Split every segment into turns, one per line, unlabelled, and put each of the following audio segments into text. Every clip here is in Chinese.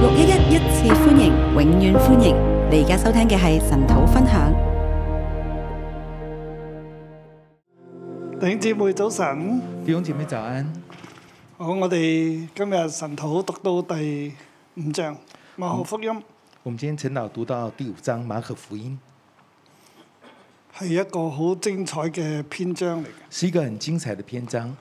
六一一一次歡迎，永遠歡迎！你而家收聽嘅係神土分享。
弟兄姊妹早晨，
弟兄姐妹早安，
好，我哋今日神土讀到第五章馬可福音，
我們今天晨導讀到第五章馬可福音，
係一個好精彩嘅篇章嚟嘅。
是一個很精彩的篇章。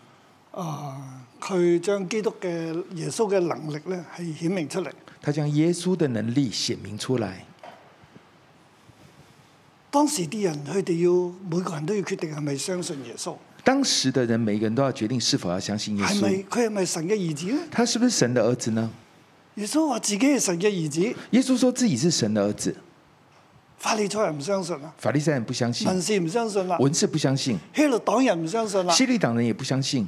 啊，佢將基督嘅耶穌嘅能力咧係顯明出嚟。
他將耶穌的能力顯明出來。
當時啲人佢哋要每個人都要決定係咪相信耶穌，
當時的人，每一個人都要決定是否要相信耶
係咪
穌。
佢係咪神嘅兒子咧？
他是不是神的兒子呢？
耶穌話自己係神嘅兒子，
耶穌說自己是神的兒子，
法利賽人唔相信啦，啊
法利賽人不相信，
文士唔相信啦，
文士不相信，
希律黨人唔相信啦。
希利黨人也不相信。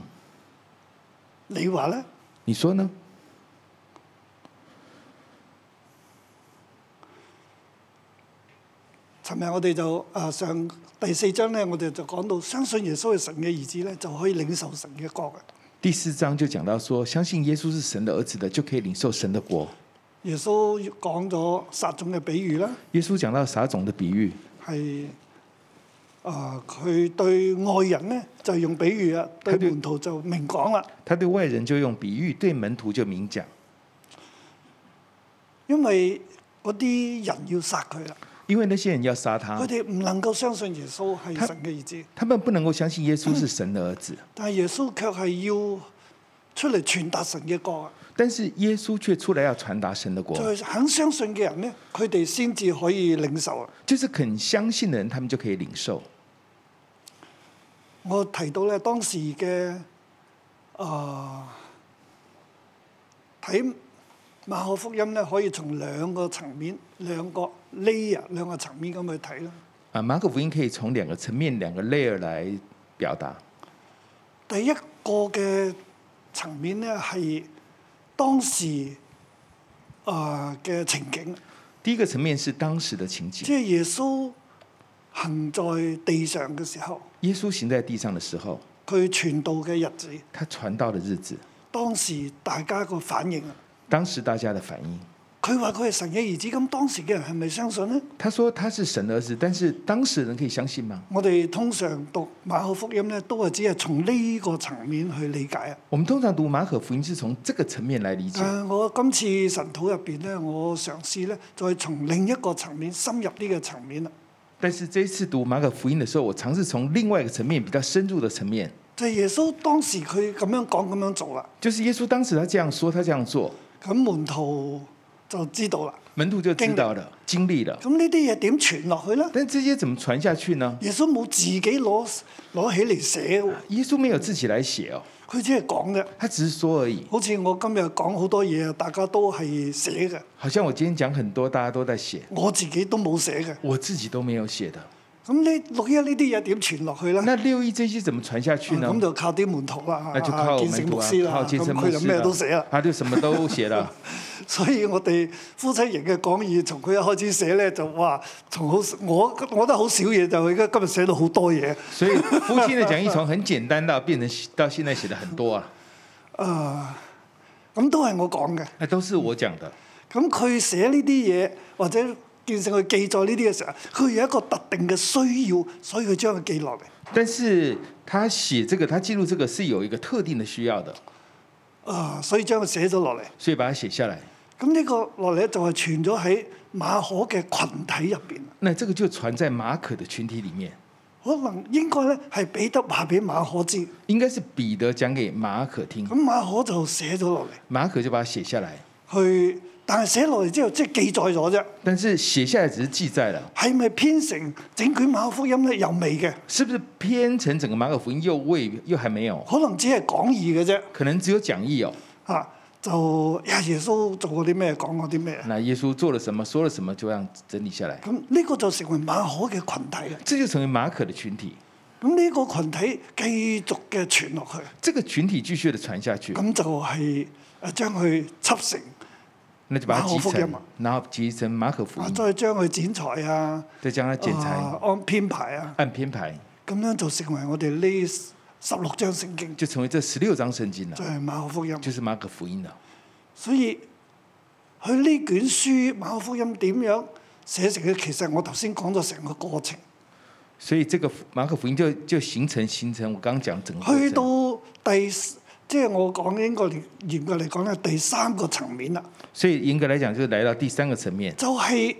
你話咧？
你說呢？
尋日我哋就啊上第四章咧，我哋就講到相信耶穌係神嘅兒子咧，就可以領受神嘅國嘅。
第四章就講到說，相信耶穌是神的兒子的，就可以領受神的國。
耶穌講咗撒種嘅比喻啦，
耶穌講到撒種的比喻，
係啊佢對外人咧就用比喻啊，對
佢對
門徒就明講啦。
他對外人就用比喻，對門徒就明講，
因為嗰啲人要殺佢啦，
因為那些人要殺他。
佢哋唔能夠相信耶穌係神嘅兒子，
他们不能夠相信耶穌是神的兒子，
但係耶穌卻係要出嚟傳達神嘅國啊。
但是耶穌卻出來要傳達神的
就
國，
係肯相信嘅人咧，佢哋先至可以領受啊。
就是肯相信的人，他們就可以領受。
我提到咧當時嘅啊睇馬可福音咧，可以從兩個層面、兩個 layer、兩個層面咁去睇啦。
啊，馬可福音可以從兩個層面、兩個 layer 來表達。
第一個嘅層面咧係當時啊嘅情景，
第一個層面是當時的情景
即，係耶穌行在地上嘅時候，
耶穌行在地上的時候，
佢傳道嘅日子，
他傳道的日子，
當時大家個反應啊。
當時大家的反應，
佢話佢係神嘅兒子，咁當時嘅人係咪相信呢？
他說他是神的兒子，但是當時人可以相信嗎？
我哋通常讀馬可福音咧，都係只係從呢個層面去理解啊。
我們通常讀馬可福音是從這個層面來理解
誒、。我今次神土入邊咧，我嘗試咧，再從另一個層面深入呢個層面啦。
但是這一次讀馬可福音的時候，我嘗試從另外一個層面，比較深入的層面，
就係、耶穌當時佢咁樣講咁樣做啦，
就是耶穌當時他這樣說，他這樣做，
咁門徒就知道啦。
门徒就知道了，經歷了。
咁呢啲嘢點傳落去咧？
但這些怎麼傳下去呢？
耶穌冇自己攞攞起嚟寫喎，
耶穌沒有自己來寫哦，
佢只係講嘅。
他只是說而已。
好似我今日講好多嘢，大家都係寫嘅，
好像我今天講很多，大家都在寫，
我自己都冇寫嘅。
我自己都沒有寫的。
咁呢六一呢啲嘢點傳落去咧？
那六一這些怎麼傳下去
啊
呢
咁？就靠啲門徒啦，
那就靠我
見
們
聖
讀
牧
啊
師，啦，
靠
咁
健身牧
佢就
師
咩
啦
都寫啊啦。
他就什麼都寫了。
所以我哋夫妻型嘅講義，從佢一開始寫咧，就哇，從好我我覺得好少嘢，就而家今日寫到好多嘢。
所以夫妻的講義從很簡單到變成到現在寫的很多啊，
啊，咁都係我講嘅。
那都是我講的。
咁佢寫呢啲嘢或者見證佢記載呢啲嘅時候，佢有一個特定嘅需要，所以佢將佢記落嚟。
但是他寫這個，他記錄這個是有一個特定的需要的，
啊，所以將佢寫咗落嚟。
所以把它寫下來。
咁呢個落嚟咧就係傳咗喺馬可嘅群體入邊。
那這個就傳在馬可的群體裡面。
可能應該咧係彼得話俾馬可知，咁
應該是彼得講給馬可聽，
馬可就寫咗落嚟，
馬可就把它寫下來。
去但係寫落嚟之後即係記載咗啫，
但是寫下來只是記載了，
係咪編成整卷馬可福音咧又未嘅？
是不是編成整個馬可福音又未又還沒有？
可能只係講義嘅啫，
可能只有講義哦。
嚇、就哎呀耶穌做過啲咩，講過啲咩，啊
那耶穌做了什麼，說了什麼，就讓整理下來。
咁呢個就成為馬可嘅群體啦。
這就成為馬可的群體，
咁呢個群體繼續嘅傳落去，
這個群體繼續的傳下去，
咁就係誒將佢輯成
那就把它集
馬可福音
成
啊，
然後集成馬可福
啊，
音，
再將佢剪裁啊，
再將它剪裁
啊，按編排啊。
按編排，
咁樣就成為我哋呢十六章聖經，
就成為這十六章聖經了
就，係馬可福音。
就是馬可福音了。
所以佢呢卷書馬可福音點樣寫成嘅？其實我頭先講咗成個過程，
所以這個馬可福音就就形成形成我剛剛講整個
去
過
到
程
第即係我講應該嚟嚴格嚟講咧，第三個層面啦，
所以嚴格來講，就是來到第三個層面，
就係、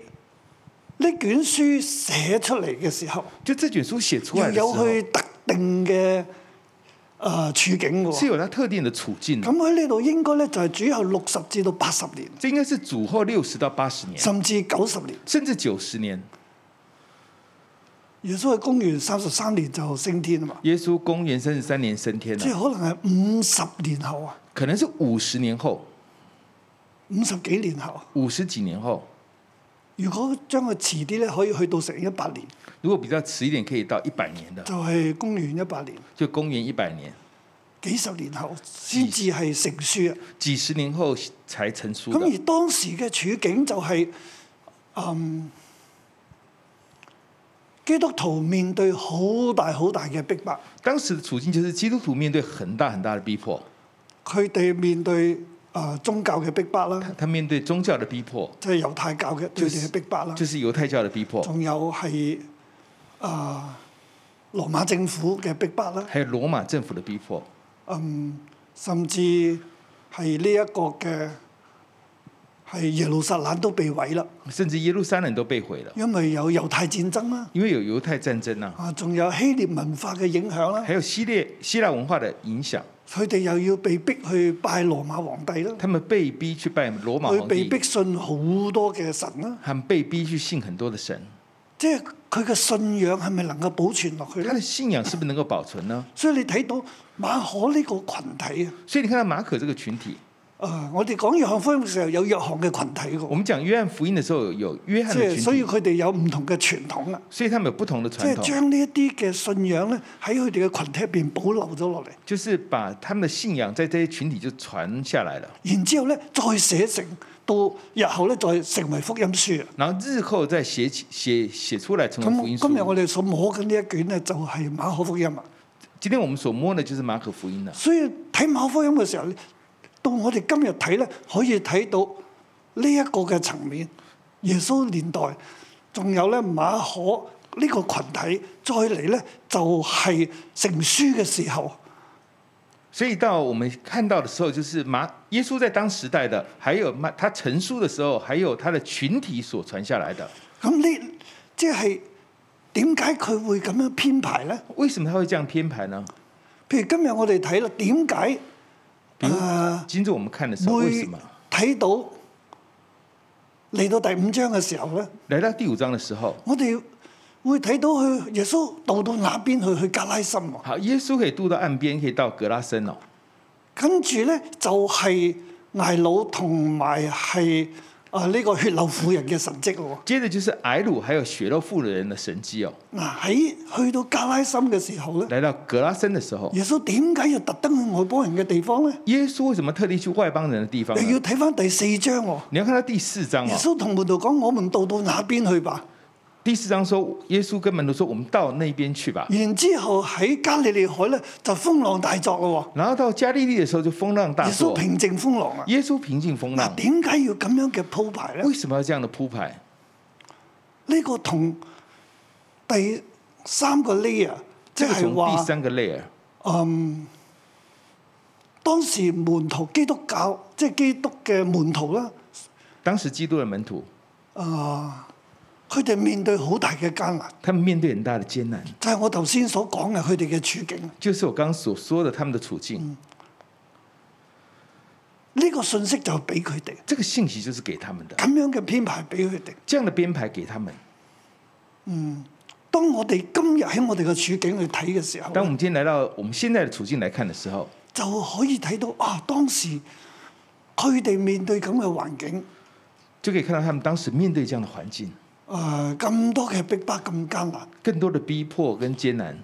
呢卷書寫出嚟嘅時候，
就這卷書寫出
要
來的時
有
候，
佢特定嘅誒、呃、處境嘅
是
喎。
有它特定的處境的
咁。喺呢度應該咧就係主後六十至到八十年，
這應該是主後六十到八十年，
甚至九十年。
甚至九十年。
耶穌喺公元三十三年就升天啊嘛，
耶穌公元三十三年升天
即係
了，
可能係五十年後啊，
可能是五十年後、
五十幾年後。啊
五十幾年後，
如果將佢遲啲咧，可以去到成一百年，
如果比較遲一點，可以到一百年的，
就係、公元一百年，
就公元一百年，
幾十年後先至係成書啊。
幾十年後才成書
咁
的。
而當時嘅處境就係、嗯，基督徒面對好大好大嘅逼迫，
當時的處境就是基督徒面對很大很大的逼迫，
佢哋面對啊、呃宗教嘅逼迫啦，
他面對宗教的逼迫，
即係猶太教嘅對佢哋嘅逼迫啦，
就是猶太教的逼迫，
仲有係啊羅馬政府嘅逼迫啦。
還有羅馬政府的逼迫，
嗯，甚至係呢一個嘅係耶路撒冷都被毀啦，
甚至耶路撒冷都被毀了，
因為有猶太戰爭啦，
因為有猶太戰爭啊，
啊，仲有希臘文化嘅影響啦，
還有希列希臘文化的影響，
佢哋又要被逼去拜羅馬皇帝啦，
他們被逼去拜羅馬
佢
皇
被
帝
逼，信好多嘅神啦，
他們被逼去信很多的神。
即係佢嘅信仰係咪能夠保存落去
他
咧
的？信仰是不是能夠保存呢？
所以你睇到馬可呢個群體啊，
所以你看到馬可這個群體，
誒、我哋講約翰福音嘅時候有約翰嘅群體
我
嘅，
們講約翰福音的時候有約翰
即
的
係
群
所以
體，
佢哋有唔同嘅傳統啊。
所以他們有不同的
即
傳
係
統，
將呢一啲嘅信仰咧喺佢哋嘅群體入邊保留咗落嚟，
就是把他們的信仰在這些群體就傳下來了，
然之後咧再寫成到日後咧再成為福音書啊。
然後日後再寫起寫寫出來成為嗯福音
咁今日我
書。
哋所摸緊呢一卷咧就係馬可福音啊。
今天我們所摸的就是馬可福音了，
所以睇馬可福音嘅時候，到我哋今日睇咧可以睇到呢一個嘅層面，耶穌年代，仲有咧馬可呢個群體，再嚟咧就係成書嘅時候。
所以到我們看到的時候，就是馬耶穌在當時代的，還有馬他成書的時候，還有他的群體所傳下來的。
咁呢即係點解佢會咁樣編排咧？
為什麼他會這樣編排呢？
譬如今日我哋睇啦，點解
比如
啊
今次我們看的時候，為
會
什麼
睇到嚟到第五章嘅時候咧，
來到第五章的時候？
我哋會睇到佢耶穌到到那邊去去格拉森喎，
好，耶穌可以渡到岸邊，可以到格拉森哦。
跟住咧就係、艾魯同埋係啊呢個血漏婦人嘅神跡喎。
接着就是埃魯還有血肉婦人的神蹟哦。
嗱喺去到格拉森嘅時候咧，
來到格拉森的時候，
耶穌點解要特登去外邦人嘅地方咧？
耶穌為什麼特地去外邦人的地方呢？啊
又要睇翻第四章喎。
你要看到第四章
耶
哦。
穌同門徒講：我們到到那邊去吧。
第四章說，耶穌跟門徒說：“我們到那邊去吧。
然之後喺加利利海咧就風浪大作咯”
然後到加利利的時候就風浪
喎。
大嗯
耶穌
作，
平靜風浪啊！
耶穌平靜風
嗱，
浪。
點解要咁樣嘅鋪 排咧？
為什麼要這樣的鋪排？
呢個同第三個 layer，即
這個
係
從第
話，
三個 layer，
嗯，當時門徒基督教即係基督嘅門徒啦，
當時基督的門徒，
啊、佢哋面對好大嘅艱難，
他們面對很大的艱難，
就係、我頭先所講嘅佢哋嘅處境。
就是我剛剛所說的他們的處
嗯
境。
呢、個信息就俾佢哋，
這個信息就是給他們的，
咁樣嘅編排俾佢哋。
這樣的編排給他們。
當我哋今日喺我哋嘅處境去睇嘅時候，
當我們今天來到我們現在的處境來看的時候，
就可以睇到啊，當時佢哋面對咁嘅環境，
就可以看到他們當時面對這樣的環境，
誒、呃咁多嘅逼迫咁艱難，
更多的逼迫跟艱難，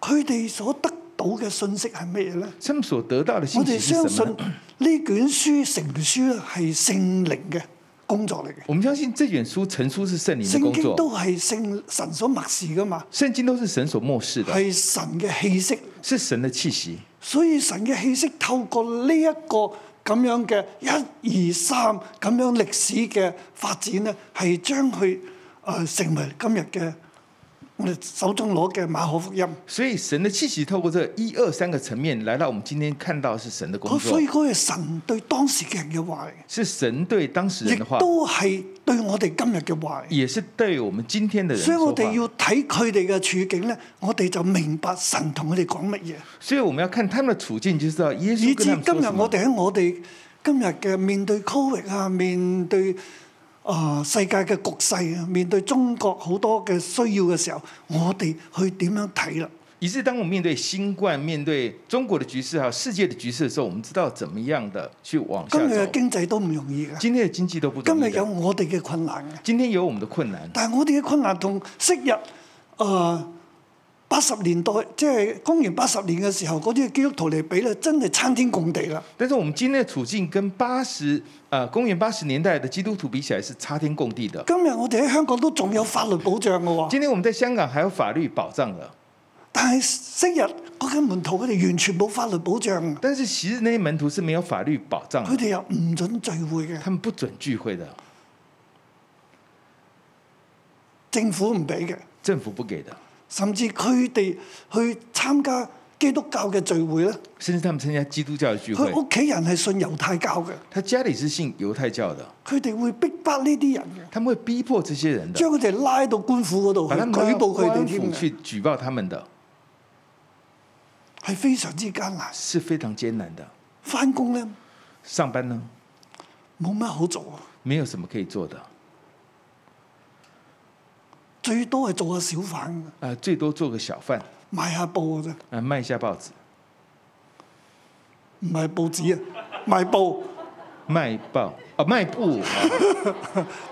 佢哋所得到嘅信息係乜嘢咧？
他們所得到的
我
信息
哋
是
相
什
信
麼
呢
呢？
卷書成書咧係聖靈嘅工作嚟嘅，
我們相信這卷書成書是聖靈的工
聖經
作，
都係聖神所默示噶嘛，
聖經都是神所漠視的，
係神嘅氣息，
是神的氣息。
所以神嘅氣息透過呢一個咁樣嘅一二三咁樣歷史嘅發展咧，係將佢誒成為今日嘅我哋手中攞嘅馬可福音。
所以神的气息透过这一二三个层面来到我们今天看到是神的工
嗰所
作
以，嗰係神對當時嘅人嘅話嚟
是神对当事
嘅，
人
亦
的话，
都係對我哋今日嘅話嚟嘅。
也是对我们今天的人
所以
说
我哋
话。
要睇佢哋嘅處境咧，我哋就明白神同佢哋講乜嘢，
所以我们要看他们的处境，就知道耶稣
以至
跟他们说
今日
什
我
么。
哋喺我哋今日嘅面對 Covid 啊，面對啊、世界嘅局勢啊，面對中國好多嘅需要嘅時候，我哋去點樣睇啦？
以致当我们面对新冠、面对中国的局势还有世界的局势的时候，我们知道怎么样的去往
今
下
日嘅
走。
經濟都唔容易嘅，
今天的经济都不
今
容易
日有
的，
我哋嘅困難嘅，
今天有我们的困难，
但係我哋嘅困難同昔日啊八十年代，即係公元八十年嘅時候嗰啲基督徒嚟比咧，真係參天共地啦。
但是我们今天的处境跟八十呃公元八十年代的基督徒比起来是差天共地的。
今日我哋喺香港都仲有法律保障嘅喎，
今天我们在香港还有法律保障的，
但係昔日嗰啲門徒佢哋完全冇法律保障嘅，
但是昔日那些门徒是没有法律保障
佢
的，
哋又唔准聚會嘅，
他们不准聚会的，
政府唔俾嘅，
政府不给的，
甚至佢哋去參加基督教嘅聚會咧，
甚至他们参加基督教的聚
佢
会，
屋企人係信猶太教嘅，
他家里是信犹太教的，
佢哋會逼迫呢啲人嘅，
他们会逼迫这些人的，
將佢哋拉到官府嗰度去
把他们
舉
拉到
報佢哋
官
添
府去
嘅，
举报他们的，
係非常之艱難。
是非常艰难的。
翻工咧
上班呢，
冇乜好做啊，
没有什么可以做的，
最多係做下小販嘅，
呃，最多做个小贩，
賣下布嘅啫，
呃，卖一下报纸，
唔係報紙啊，賣布。
卖报啊，卖布，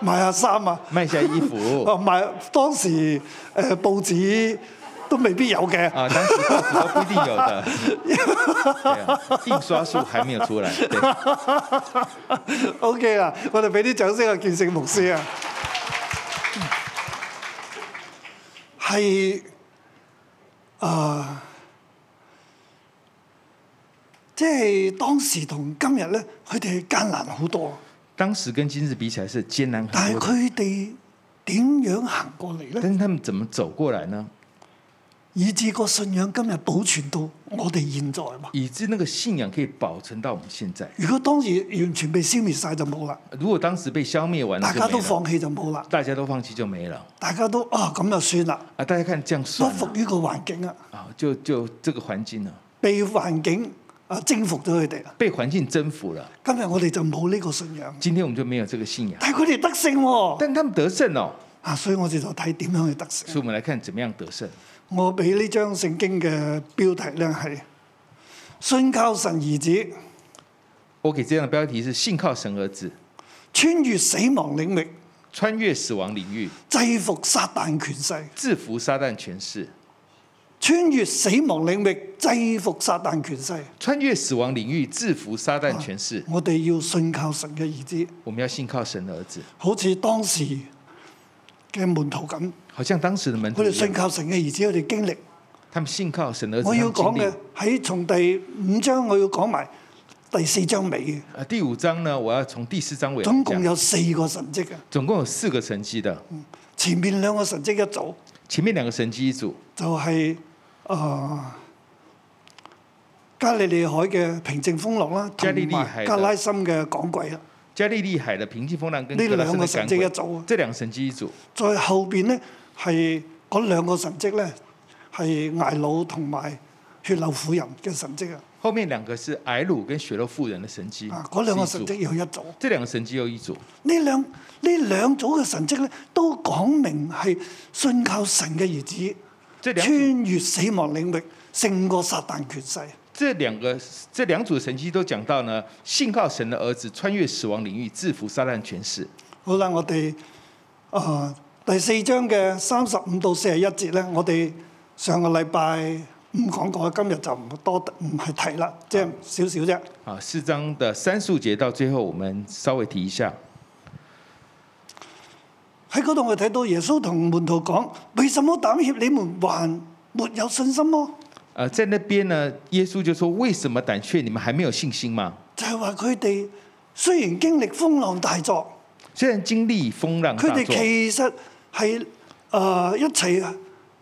賣下衫啊，
卖一下衣服
啊賣當時誒、呃、報紙都未必有嘅，
啊，当时报纸都不一定有的，对啊，印刷术还没有出来。对
OK 啦，我哋俾啲掌聲啊，建聖牧師啊，係啊、即係當時同今日咧，佢哋艱難好多，
当时跟今日比起来是艰难
但
很
係
多的，
佢哋點樣行過嚟咧？
但是他们怎么走过来呢？
以至個信仰今日保存到我哋現在嘛。
以致那个信仰可以保存到我们現在。
如果當時完全被消滅晒就冇啦，
如果當時被消滅完了
大
就
家都
沒
放
了，
棄就冇啦，
大家都放棄就沒了
大家都啊咁就算啦，
啊！大家看這樣
屈
算
服
了
於個環境啊，
啊，就就這個環境呢，
被環境啊征服咗佢哋啦。
被環境征服了。
今日我哋就冇呢個信仰，
今天我們就沒有這個信仰，
但係佢哋得勝喎、
但他們得勝哦，
啊，所以我哋就睇點樣去得
所以
勝。
我們來看怎麼樣得勝。
我俾呢張聖經嘅標題咧係信靠神兒子
我給這樣的標題是“信靠神兒子，
穿越死亡領域，
穿越死亡領域，
制服撒旦權勢；
制服撒旦權勢”，
穿越死亡領域，制服撒旦權勢。啊
穿越死亡領域，制服撒旦權勢。
我哋要信靠神嘅兒子。
我們要信靠神的兒子，
好似當時嘅門徒咁，
好像當時的門徒
佢
一
哋信
樣，
靠神嘅兒子，佢哋經歷。
他們信靠神的兒子，
我要
他
講
們經歷
嘅喺從第五章，我要講埋第四章尾嘅，
呃，第五章呢，我要從第四章尾來
總共
講，
有四個神跡啊！
總共有四個神蹟的，
前面兩個神跡一組
前面兩個神蹟一組，
就係、呃加利利海嘅平靜風浪啦，
加利
同
利海
埋
嘅
加拉森嘅港鬼啦。
加利利海的平靜風浪跟
呢
格拉森
兩個
的趕
神蹟
鬼
一啊組
這兩個神蹟一組，
再後邊呢，係嗰兩個神跡呢，係艾魯同埋血流婦人嘅神跡啊！
後面兩個是癌魯跟血肉婦人的神蹟，
啊，嗰兩個
是
神
一
跡
組，
有一組。
這兩個神蹟又一組，
呢兩呢兩組嘅神跡咧，都講明係信靠神嘅兒子，
這兩組
穿越死亡領域，勝過撒旦權勢。
這兩個這兩組神蹟都講到呢，信靠神的兒子穿越死亡領域，制服撒旦權勢。
好啦，我哋啊、第四章嘅三十五到四十一節咧，我哋上個禮拜五講過，今日就唔多唔係提啦，即係少少啫。
啊，四章的三十五節到最後，我們稍微提一下。
喺嗰度我睇到耶穌同門徒講：為什麼膽怯？你們還沒有信心麼？
啊呃，在那邊呢，耶穌就說：“為什麼膽怯？你們還沒有信心嗎？”
就係話佢哋雖然經歷風浪大作，
虽然经历风浪
佢
大
哋
作，
其實係誒、呃一齊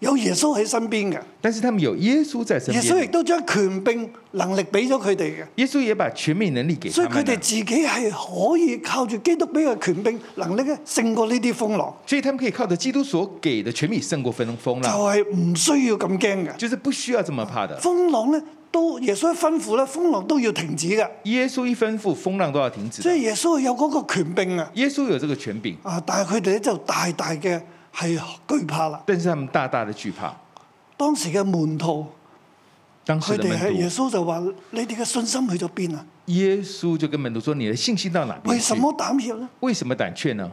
有耶穌喺身邊嘅，
但是他们有耶稣在身
耶穌亦
边，
都將權柄能力俾咗佢哋嘅，
耶稣也把全面能力给
所以
他
佢
们啊
哋
了，
自己係啊可以靠住基督俾嘅權柄能力咧，勝過呢啲風浪，
所以他们可以靠着基督所给的权柄胜过风风
就
浪，
係、唔需要咁驚嘅。
就是不需要这么怕的。
風浪咧都耶穌一吩咐咧，風浪都要停止嘅，
耶稣一吩咐，风浪都要停止
所
的。
以耶穌有嗰個權柄啊！
耶稣有这个权柄，
啊，但係佢哋咧就大大嘅係懼怕啦。
但是他们大大的惧怕。
當時嘅門徒，
当时
佢
的
哋
门
係耶
徒，
穌就話：你哋嘅信心去咗邊啊？
耶稣就跟门徒说：“你的信心到哪
為
边去
什？麼膽怯呢？
为什么胆怯呢？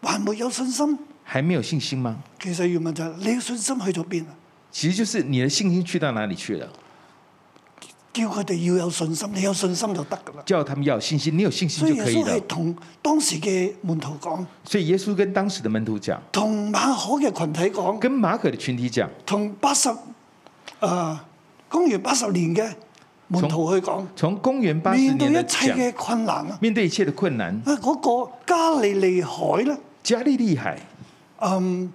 還沒有信心？
还没有信心吗？
其實原文就係、你嘅信心去咗邊啊？
其实就是你的信心去到哪里去了？
叫佢哋要有信心，你有信心就得㗎啦。
叫他们要有信心，你有信心
所以
就
耶
可以
穌
了
係。同當時嘅門徒講，
所以耶稣跟当時的门徒讲，
同馬可嘅群體講，
跟马可的群体讲，
同八十誒公元八十年嘅門徒去講，
从公元八十
面對
年的
一
讲，
切嘅困難啊！
面对一切的困难，
啊，嗰、個加利利海咧，
加利利海
嗯，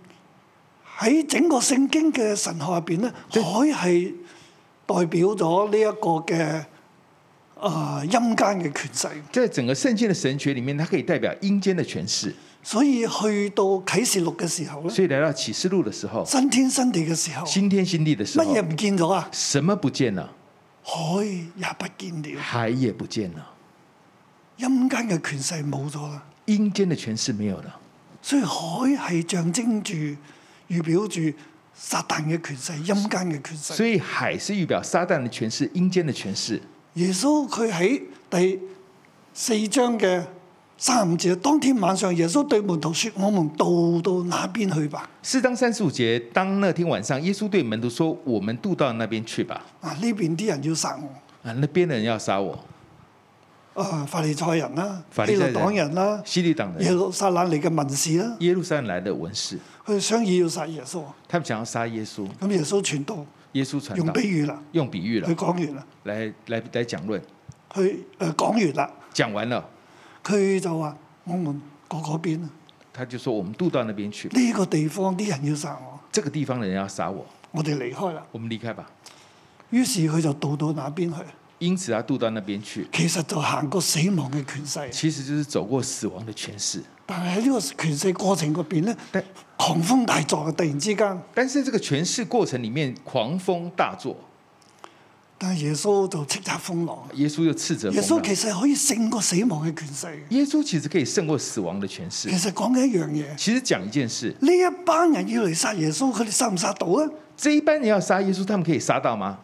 喺整個聖經嘅神學入邊咧，海係代表咗呢一個嘅啊、陰間嘅權勢，
在整个圣经的神学里面，它可以代表阴间的权势。
所以去到啟示錄嘅時候咧，
所以来到启示录的时候，
新天新地嘅時候，乜
新天新地的时候，
嘢唔見咗啊？
什么不见了，
海也不見了，
海也不见了，
陰間嘅權勢冇咗啦，
阴间的权势没有了。
所以海係象徵住、預表住撒旦嘅權勢、陰間嘅權勢。
所以海是预表撒旦的权势，阴间的权势。
耶穌佢喺第四章嘅三五節，當天晚上耶穌對門徒說：我們渡到那邊去吧。
四章三十五节，当那天晚上，耶稣对门徒说：“我们渡到那边去吧。
啊，呢邊啲人要殺我，
啊，那边的人要杀我，
啊，法利賽人啦、
法利
希
賽
律
人
黨人啦、
西律党的
耶
人，
路撒冷嚟嘅文士啦，
耶路撒冷来的文士，
佢商議要殺耶穌。
他们想要杀耶稣。
咁耶穌傳道，
耶稣传
用
道，
比喻啦，
用比喻了
佢，講完啦，
来来来讲论，
佢誒講完啦，
讲完了，
佢就話：我們過嗰邊啊，
他就说：我们渡到那边去，
呢、個地方啲人要殺我，
这个地方的人要杀我，
我哋離開啦。
我们离开吧。
於是佢就渡到那邊去。
因此他渡到那边去，
其實就行過死亡嘅權勢，
其实就是走過死亡的权势。
但係喺呢個權勢過程入邊咧
但，
狂風大作啊！突然之間，
但是这个权势过程里面，狂风大作，
但係耶穌就叱咤風浪。
耶稣又斥责
耶
风
穌
浪
其。實可以勝過死亡嘅權勢嘅。
耶稣其实可以胜过死亡的权势
其。實講緊一樣嘢，
其实讲一件事，
呢一班人要嚟殺耶穌，佢哋殺唔殺到咧？
这一班人要杀耶稣，他们可以杀到吗？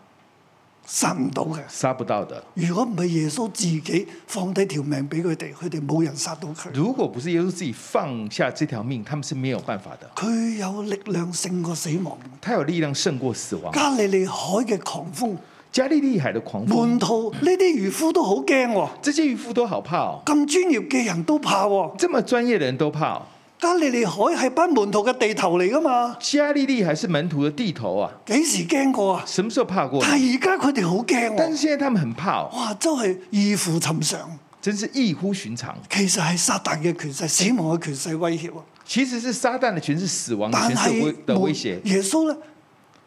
殺唔到嘅。
杀不到的。
如果唔係耶穌自己放低條命俾佢哋，佢哋冇人殺到佢。
如果不是耶稣自己放下这条命，他们是没有办法的。
佢有力量勝過死亡。
他有力量胜过死亡。
加利利海嘅狂風，
加利利海的狂
門
风，
徒呢啲漁夫都好驚喎。
这些渔夫都好怕哦，
咁專業嘅人都怕喎、
这么专业的人都怕哦。
加利利海係班門徒嘅地頭嚟噶嘛，
加利利海是门徒的地头啊，
幾時驚過啊？
什么时候怕过呢？
但係而家佢哋好驚
但是
喎，
现在他们很怕哦，
哇！真係異乎尋常，
真是异乎寻常。
其實係撒旦嘅權勢、死亡嘅權勢威脅啊！
其实是撒旦的权势、死亡的
但
权势威
係
的
冇
威胁，
耶穌咧，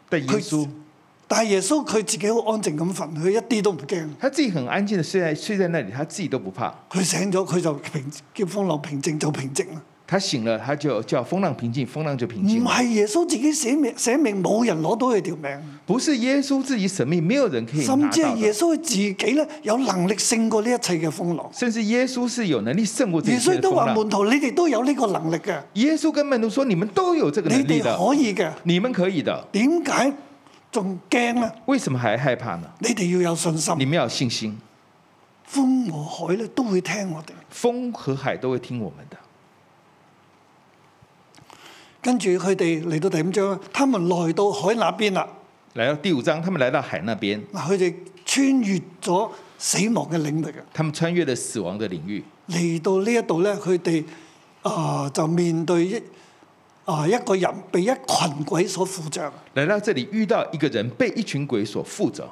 但耶稣
佢但係耶穌佢自己好安靜咁瞓，佢一啲都唔驚。
他自己很安静的睡在睡在那里，他自己都不怕。
佢醒咗，佢就平叫風浪平靜就平靜啦。
他醒了，他就叫風浪平靜，風浪就平靜
唔
了。
係耶穌自己捨命，捨命冇人攞到佢條命，
不是耶穌自己神秘，没有人可以拿
甚
到
至係耶
的。
穌佢自己咧有能力勝過呢一切嘅風浪。
甚至耶穌是有能力勝過这
耶
一切
穌
的
都
風
話
浪。
門徒，你哋都有呢個能力嘅，
耶穌跟門徒说：“你们都有这个
你
能力
哋
的，
可以嘅，
你們可以的，
點解仲驚呢？
為什麼還害怕呢？
你哋要有信
你
心，
們要有信心，
風和海咧都會聽我哋。
風和海都會聽我們的。”
跟住佢哋嚟到第五章，他們來到海那邊啦，
来到第五章，他們來到海那邊，
嗱佢哋穿越咗死亡嘅領域啊，
他們穿越了死亡的領域，
嚟到呢一度咧，佢哋啊就面對一啊、一個人被一群鬼所附着。
來到這裡遇到一個人被一群鬼所附着。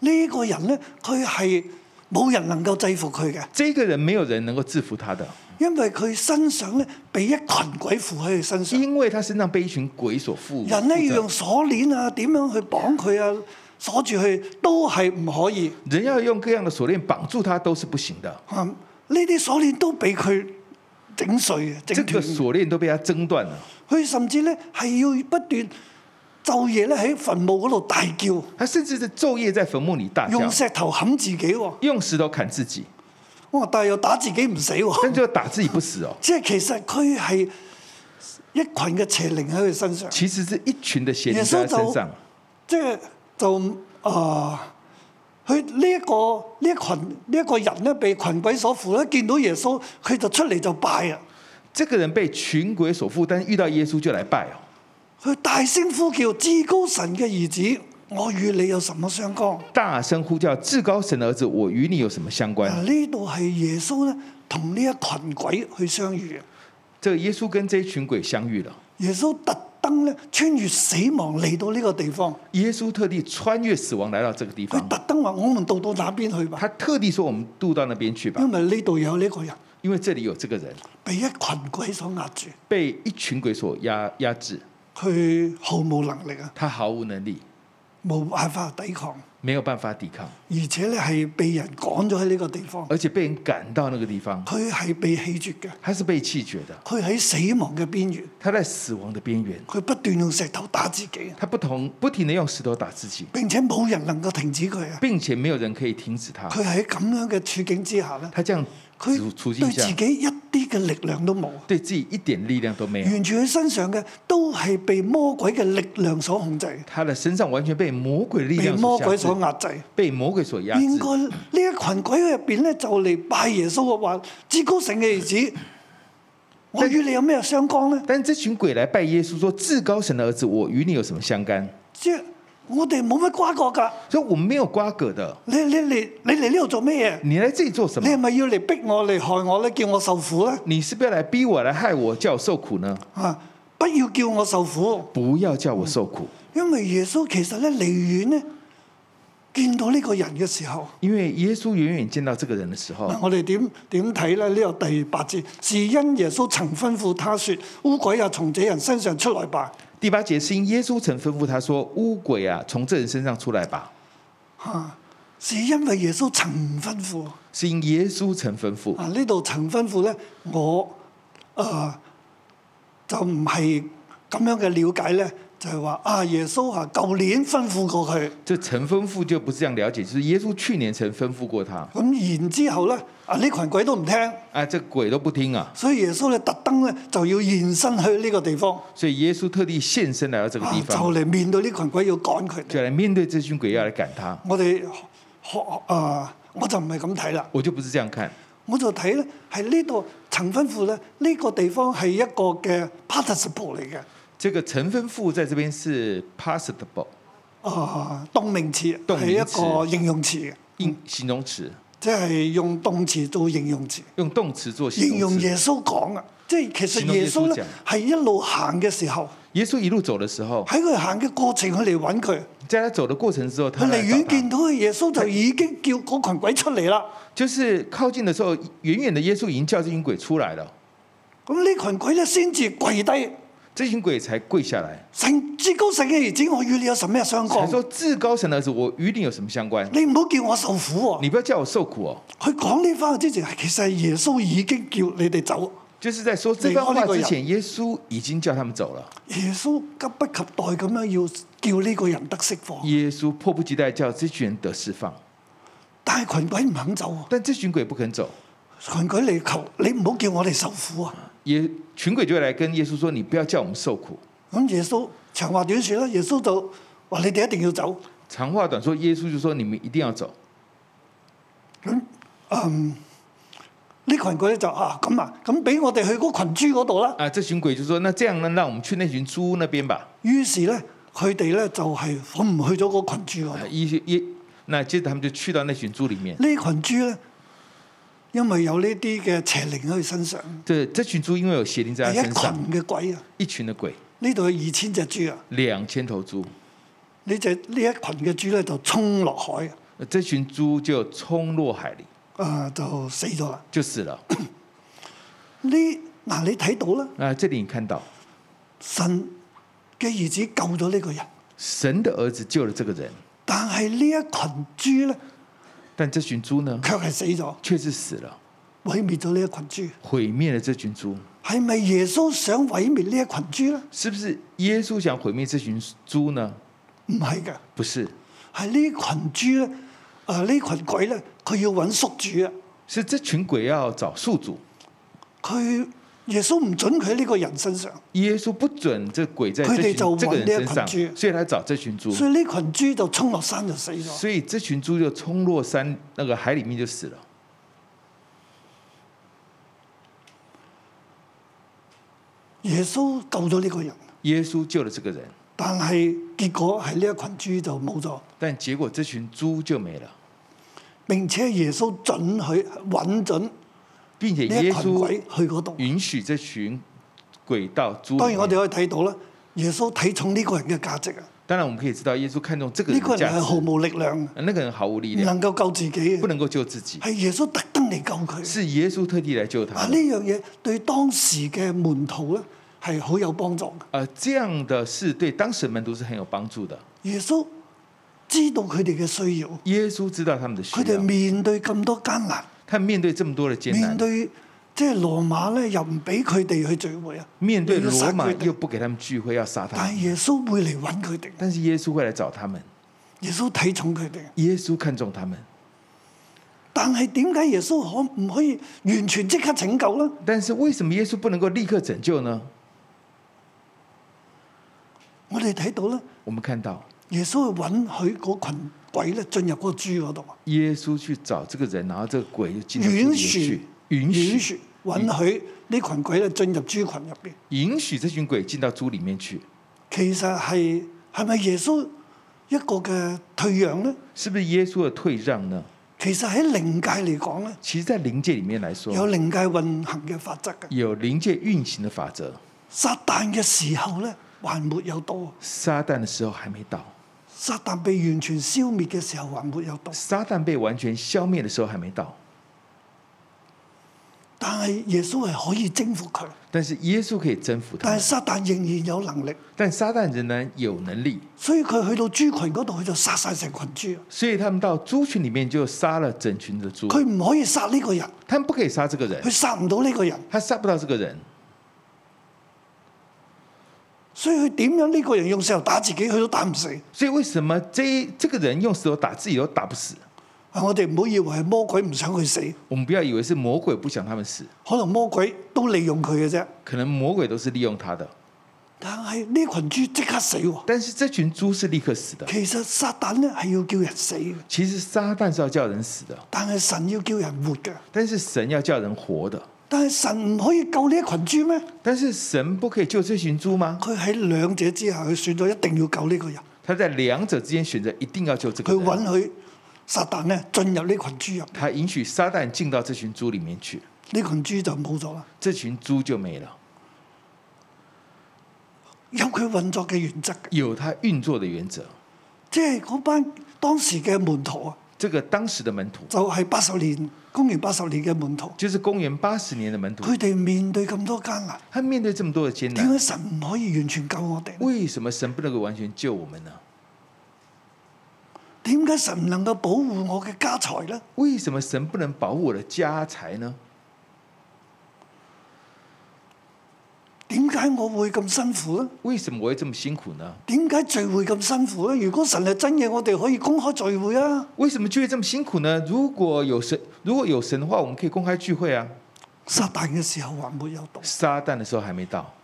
呢、個人咧，佢係冇人能夠制服佢嘅，
这个人没有人能够制服他的，
因為佢身上咧被一群鬼附喺佢身上。
因为他身上被一群鬼所附。
人咧要用鎖鏈啊，點樣去綁佢啊，鎖住佢都係唔可以。
人要用各样的锁链綁住他都是不行的，
啊，呢啲鎖鏈都俾佢整碎嘅，
这
整
个
斷嘅。
锁链都被他挣断了。
佢甚至咧係要不斷晝夜咧喺墳墓嗰度大叫，
他甚至是昼夜在墳墓里大叫
用，石頭冚自己喎。
用石头砍自己，
哇！但係又打自己唔死
但
喎。
就打自己不死哦。
即係其實佢係一群嘅邪靈喺佢身上，
其实是一群的邪灵在他身上，
即係就啊，佢呢一個呢一群呢一個人咧被群鬼所附咧，見到耶穌佢就出嚟就拜啊！
这个人被群鬼所附，但是遇到耶穌就来拜哦。
佢大聲呼叫：至高神嘅兒子，我與你有什麼相干？
大声呼叫：“至高神的儿子，我与你有什么相关
嗱，啊呢度係耶穌咧同呢一群鬼去相遇，？”
这个耶稣跟这一群鬼相遇了。
耶穌特登咧穿越死亡嚟到呢個地方，
耶稣特地穿越死亡来到这个地
佢
方，
特登話：我們渡到哪邊去吧，
他特地说：“我们渡到那边去吧
因，為呢度有呢個人
因为这里有这个人
被一群鬼所壓住，
被一群鬼所压压制，
佢毫無能力啊，
他毫无能力，
冇辦法抵抗，
没有办法抵抗，
而且咧係被人趕咗喺呢個地方，
而且被人赶到那个地方，
佢係被棄絕嘅，
他是被弃绝的，
佢喺死亡嘅邊緣，
他在死亡的边缘，
佢不斷用石頭打自己，
他不同不停的用石头打自己，
並且冇人能夠停止佢啊！
并且没有人可以停止他。
佢喺咁樣嘅處境之下咧。
他这样
佢
处处境
對
下
自，己一啲嘅力量都冇，
对自己一点力量都没有。
完全佢身上嘅都係被魔鬼嘅力量所控制，
他的身上完全被魔鬼力
被
量
魔鬼
所
所
压制，
壓制。
被魔鬼所压制。
應該呢一群鬼入邊咧，就嚟拜耶穌嘅話，至高神嘅兒子，我與你有咩相干呢？
但这群鬼来拜耶稣说：“至高神的儿子，我与你有什么相干
即係我哋冇乜瓜葛㗎。？”
所以我们没有瓜葛的。
你你嚟你嚟呢度做咩嘢？
你来这里做什
你係
么？
咪要嚟逼我嚟害我咧？叫我受苦咧？
你是不是要来逼我、来害我、叫我受苦呢？
啊！不要叫我受苦，
不要叫我受苦，
因為耶穌其實咧離遠咧見到呢個人嘅時候。
因为耶稣远远见到这个人的时候
嗱，我哋點點睇咧？呢個第八節是因耶穌曾吩咐他說：污鬼啊，從這人身上出來吧。
第八节是因耶稣曾吩咐他说：“乌鬼啊，从这人身上出来吧。
啊，是因為耶穌曾吩咐。”
是因耶稣曾吩咐。
啊，呢度曾吩咐咧，我誒、呃就唔係咁樣嘅了解咧，就係、話啊，耶穌啊，舊年吩咐過佢，
这曾吩咐就不是这样了解，就是耶稣去年曾吩咐过他
咁然之後咧，啊呢群鬼都唔聽，
啊，这鬼都不听啊，
所以耶穌咧特登咧就要現身去呢個地方，
所以耶稣特地现身来到这个
啊
地
就
方，
嚟面對呢群鬼要趕佢哋。
就来面对这群鬼要来赶他。
我哋學啊、我就唔係咁睇啦，
我就不是这样看，
我就睇咧係呢度曾吩咐咧，呢、個地方係一個嘅 participle 嚟嘅，啊、
这个曾吩咐在这边是 possible
動呃名詞
動
係
名詞
一個形容詞嘅，
应形容词，
即係用動詞做形容詞，
用动词做
形
形容
容
词。
耶穌講啊，即係其
形
實
容耶
耶
穌
穌咧係一路行嘅時候，
耶稣一路走的时候，
喺佢行嘅過程，佢嚟揾佢，
在他走的过程之后，他
佢
来
離
找
遠見
他，
到佢耶穌就已經叫嗰群鬼出嚟啦。
就是靠近的时候，远远的耶稣已经叫这群鬼出来了，
咁呢群鬼咧先至跪低，
这群鬼才跪下来，
神至高神嘅兒子，我與你有什咩相
才
干？
说：“至高神的儿子，我与你有什么相关？
你唔好叫我受苦喎、
你不要叫我受苦哦。”
佢講呢番話之前，其實係耶穌已經叫你哋走。
就是在说这番话之前，耶稣已经叫他们走了。
耶穌急不及待咁樣要叫呢個人得釋放，
耶稣迫不及待叫这群人得释放，
但係群鬼唔肯走
但这群鬼不肯走。
喎，群鬼嚟求你唔好叫我哋受苦啊！
耶群鬼就来跟耶稣说：“你不要叫我们受苦。
咁耶穌長話短説啦，耶穌就話你哋一定要走。”
长话短说，耶稣就说：“你们一定要走。
咁嗯，呢群鬼咧就啊咁啊，咁俾我哋去嗰群豬嗰度啦。”
啊，这群鬼就说：“那这样呢，让我们去那群猪那边吧。
於是咧，佢哋咧就係我唔去咗嗰群豬嗰
啊”
度。
耶耶，那接着他们就去到那群猪里面。
呢群豬咧，因為有呢啲嘅邪靈喺佢身上，
这这群猪因为有邪灵在
係
他身上，
一群嘅鬼啊！
一群的鬼，
呢度有二千隻豬啊！
两千头猪，
呢只呢一群嘅豬咧就衝落海啊！
呃这群猪就冲落海里，
啊就死咗啦。
就死了。
呢嗱你睇到啦，
那啊这里你看到
神嘅兒子救咗呢個人，
神的儿子救了这个人，
但係呢一群豬咧，
但这群猪呢，
卻係死咗，
却是死了，
毀滅咗呢一群豬。
毁灭了这群猪。
係咪耶穌想毀滅呢一群豬咧？
是不是耶稣想毁灭这群猪呢？
唔係嘅，
不是，
係呢群豬咧，啊呢群鬼咧，佢要揾宿主啊！
是这群鬼要找宿主。
佢耶穌唔准佢喺呢個人身上，
耶稣不准这鬼在
佢
这
哋
群
就
这个
搵呢一
人身上
群，猪
所以他找这群猪，
所以呢群豬就衝落山就死咗。
所以这群猪就冲落山那个海里面就死了。
耶穌救咗呢個人，
耶稣救了这个人，
但係結果係呢一群豬就冇咗。
但结果这群猪就没了，
並且耶穌准許揾準呢
并且
一
耶
群
稣
鬼去嗰度。
允许这群鬼到猪里
當然我
面。
哋可以睇到啦，耶穌睇重呢個人嘅價值啊！
当然我们可以知道，耶稣看重这个
呢
人
個
的
人
价
係毫
值，
無力量，啊唔
呃那个人毫无力量，
能夠救自己
不
嘅，
能够救自己，
係耶穌特登嚟救佢。
是耶稣特地来救
啊！
他
呢
的。
樣嘢對當時嘅門徒咧係好有幫助嘅。
呃，这样的事对当时的门徒是很有帮助的。
耶穌知道佢哋嘅需要，
耶稣知道他们的需
佢哋
要，
面對咁多艱難，
他们面对这么多的艰
面
难，
對即係羅馬咧又唔俾佢哋去聚會啊，
面对
又要
罗
殺
马
佢哋
又不给他们聚会，要杀他
但係
们。
耶穌會嚟揾佢哋，
但是耶稣会来找他们，
耶穌睇重佢哋。
耶稣看重他们。
但係點解耶穌可唔可以完全即刻拯救呢？
但是为什么耶稣不能够立刻拯救呢？
我哋睇到咧，
我们看到
耶穌去允許嗰群鬼咧進入嗰個豬嗰度啊，
耶稣去找这个人，然后这个鬼就进到
允
猪里面
許
去，允
允
许
許允許呢群鬼咧進入豬群入邊。
允许这群鬼进到猪里面去，
其實係係咪耶穌一個嘅退讓呢？
是不是耶穌的退让呢？
其實喺靈界嚟講咧，
其实，在灵界里面来
有
说，
靈界運行嘅法則嘅。
有灵界运行的法则。
撒旦嘅時候咧，還沒有到；啊
撒旦的时候还没到，
撒旦被完全消滅嘅時候，還沒有到。
撒旦被完全消灭的时候还没到，
但係耶穌係可以征服佢，
但是耶稣可以征服他
但係
们。
撒旦仍然有能力，
但撒旦仍然有能力，
所以佢去到豬群嗰度，佢就殺晒成群豬。啊
所以他们到猪群里面就杀了整群的猪。
佢唔可以殺呢個人，
他们不可以杀这个人
佢，殺唔到呢個人，
他杀不到这个人，
所以佢點樣呢個人用石頭打自己，佢都打唔死。
所以为什么这这个人用石头打自己都打不死？
啊我哋唔好以為係魔鬼唔想佢死，
我们不要以为是魔鬼不想他们死，
可能魔鬼都利用佢嘅啫。
可能魔鬼都是利用他的，
但係呢群豬即刻死喎。
但是这群猪是立刻死的。
其實撒旦咧係要叫人死嘅，
其实撒旦是要叫人死的，
但係神要叫人活嘅。
但是神要叫人活的，
但係神唔可以救呢一群豬咩？
但是神不可以救这群猪吗？
佢喺兩者之下，佢選咗一定要救呢個人，
他在两者之间选择，一定要救这个人。
佢允許撒旦咧進入呢群豬入，
他允许撒旦进到这群猪里面去，
呢群豬就冇咗啦。
这群猪就没了，
有佢運作嘅原則嘅，
有他运作的原则。
即係嗰班當時嘅門徒啊，
这个当时的门徒，
就係八十年公元八十年嘅門徒，
就是公元八十年的门徒，
佢哋面對咁多艱難，
他面对这么多的艰
點
难，
解神唔可以完全救我哋呢？
为什么神不能够完全救我们呢？
點解神唔能夠保護我嘅家財呢？
为什么神不能保护我的家财呢？
點解我會咁辛苦呢？
为什么我会这么辛苦呢？
點解聚會咁辛苦咧？如果神係真嘅，我哋可以公開聚會啊！
为什么聚会这么辛苦呢？如果有神，如果有神的话，我们可以公开聚会啊。
撒旦嘅時候還沒有到，
撒旦的时候还没到，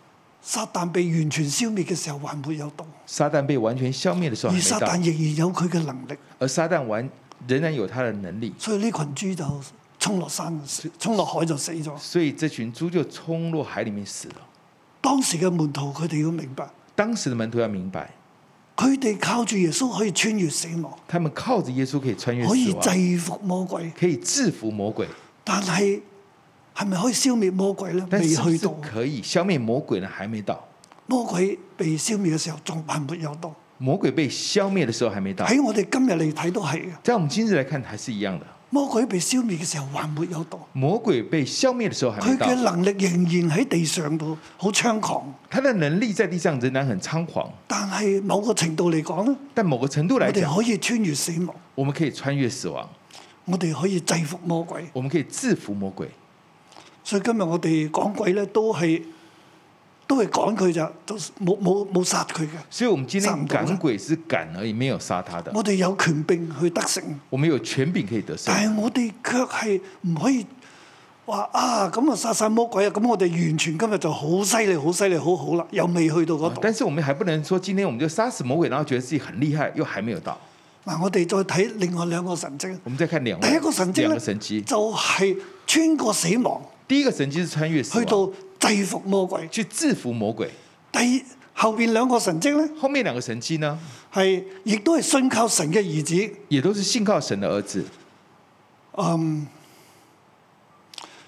撒旦被完全消滅嘅時候還沒有到，
撒旦被完全消灭的时候还
而撒
没
旦
到，
仍然有佢嘅能力，
而撒旦完仍然有他的能力，
所以呢群豬就衝落山就死，衝落海就死咗。
所以这群猪就冲落海里面死了。
當時嘅門徒佢哋要明白，
当时的门徒要明白，
佢哋靠住耶穌可以穿越死亡，
他们靠着耶稣可以穿越
可以
死亡，
制服魔鬼，
可以制服魔鬼，
但係係咪可以消滅魔鬼呢？
但
未
是不
去
是
到，
可以消灭魔鬼呢？还没到。
魔鬼被消滅嘅時候仲還沒有到，
魔鬼被消灭的时候还没到，
喺我哋今日嚟睇都係嘅。
在我们今日来看还是一样的。
魔鬼被消滅嘅時候還沒有到，
魔鬼被消灭的时候还
佢
没到
嘅，能力仍然喺地上度好猖狂，
他的能力在地上仍然很猖狂，
但係某個程度嚟講咧，
但某个程度
我
来
哋
讲，
可以穿越死亡，
我们可以穿越死亡，
我哋可以制服魔鬼。
我们可以制服魔鬼。
所以今日我哋講鬼咧，都係都係趕佢咋，都冇冇冇殺佢嘅。
所以，我们今天
上不了
赶鬼是赶而已，没有杀他的。
我哋有權柄去得勝，
我们有权柄可以得胜，
但係我哋卻係唔可以話啊咁啊殺晒魔鬼啊！咁我哋完全今日就好犀利、好犀利、好好啦，又未去到嗰度。
但是我们还不能说今天我们就杀死魔鬼，然后觉得自己很厉害，又还没有到。
嗱，我哋再睇另外兩個神跡。
我们再看两
第一個神
位，
跡
两
咧，
个神迹。
就係穿過死亡
第一个神迹是穿越死
去
亡，
到制服魔鬼。
去制服魔鬼。
第後邊兩個神跡咧，
后面两个神迹呢，
係亦都係信靠神嘅兒子。
也都是信靠神的儿子。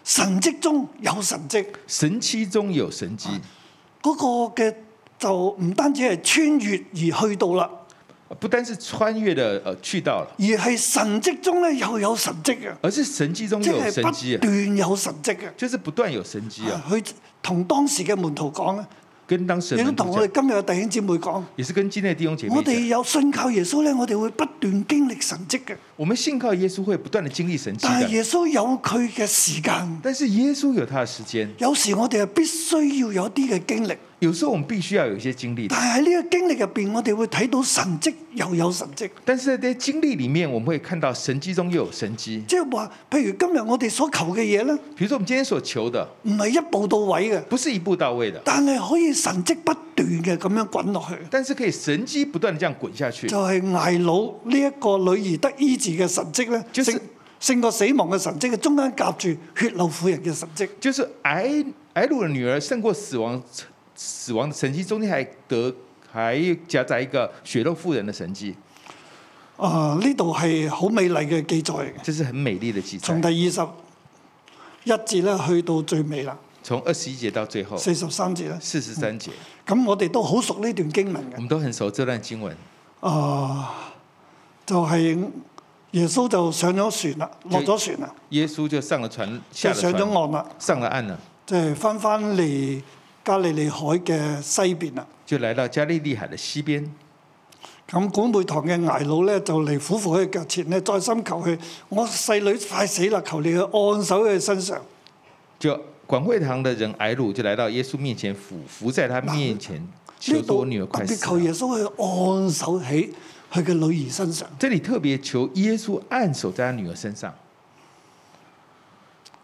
神跡中有神跡，
神期中有神迹，
嗰、個嘅就唔單止係穿越而去到啦，
不单是穿越的呃去到了，
而係神跡中咧又有神跡嘅，
而是神迹中
即
又有
係
神迹
不
啊，
斷有神跡嘅。
就是不断有神迹啊。
佢同當時嘅門徒講咧，
跟当时
亦
的
都
门
同
徒讲，
我哋今日嘅弟兄姊妹講：
也是跟今天的弟兄姐妹
我哋
讲，
有信靠耶穌咧，我哋會不斷經歷神跡嘅。
我们信靠耶稣会不断的经历神迹
但係
的。
耶穌有佢嘅時間，
但是耶稣有他的时间，
有時我哋係必須要有啲嘅經歷。
有时候我們必须要有一些经历的。
但係喺呢個經歷入邊，我哋會睇到神蹟又有神蹟，
但是在这些经历里面，我们会看到神迹中又有神迹。
即係話，譬如今日我哋所求嘅嘢咧，
比如说我们今天所求的，
唔係一步到位嘅，
不是一步到位的，
但係可以神蹟不斷嘅咁樣滾落去，
但是可以神迹不断的这样滚下去
就。係、艾老呢一個女兒得醫治嘅神蹟咧，
就是
勝勝過死亡嘅神蹟嘅中間夾住血流婦人嘅神蹟。
就是挨挨鲁的女儿胜过死亡，死亡的神迹中间还得还夹杂一个血肉妇人的神迹，
啊、呢度係好美麗嘅記載嚟嘅，
这是很美丽的记载
從。第二十一節咧去到最尾啦。
从二十一节到最后
四十三節咧，
四十三节，
咁我哋都好熟呢段經文
我
嘅。
们都很熟这段经文。
啊、就係、耶穌就上咗船啦，落咗船啦，
耶稣就上了船，下
就
了船，
上咗岸啦，
上了岸了，
即係翻翻嚟加利利海嘅西邊啦。
就来到加利利海的西边。
咁管會堂嘅挨佬咧就嚟苦苦佢腳前咧，再三求佢：我細女快死啦，求你去按手佢身上。
就管会堂的人挨鲁就来到耶稣面前，俯伏在他面前，求
呢
说：“
度
我女儿
特
快
別
死啊
求啊耶
了。
穌去按手喺佢嘅女兒身上。”
这里特别求耶稣按手在他女儿身上。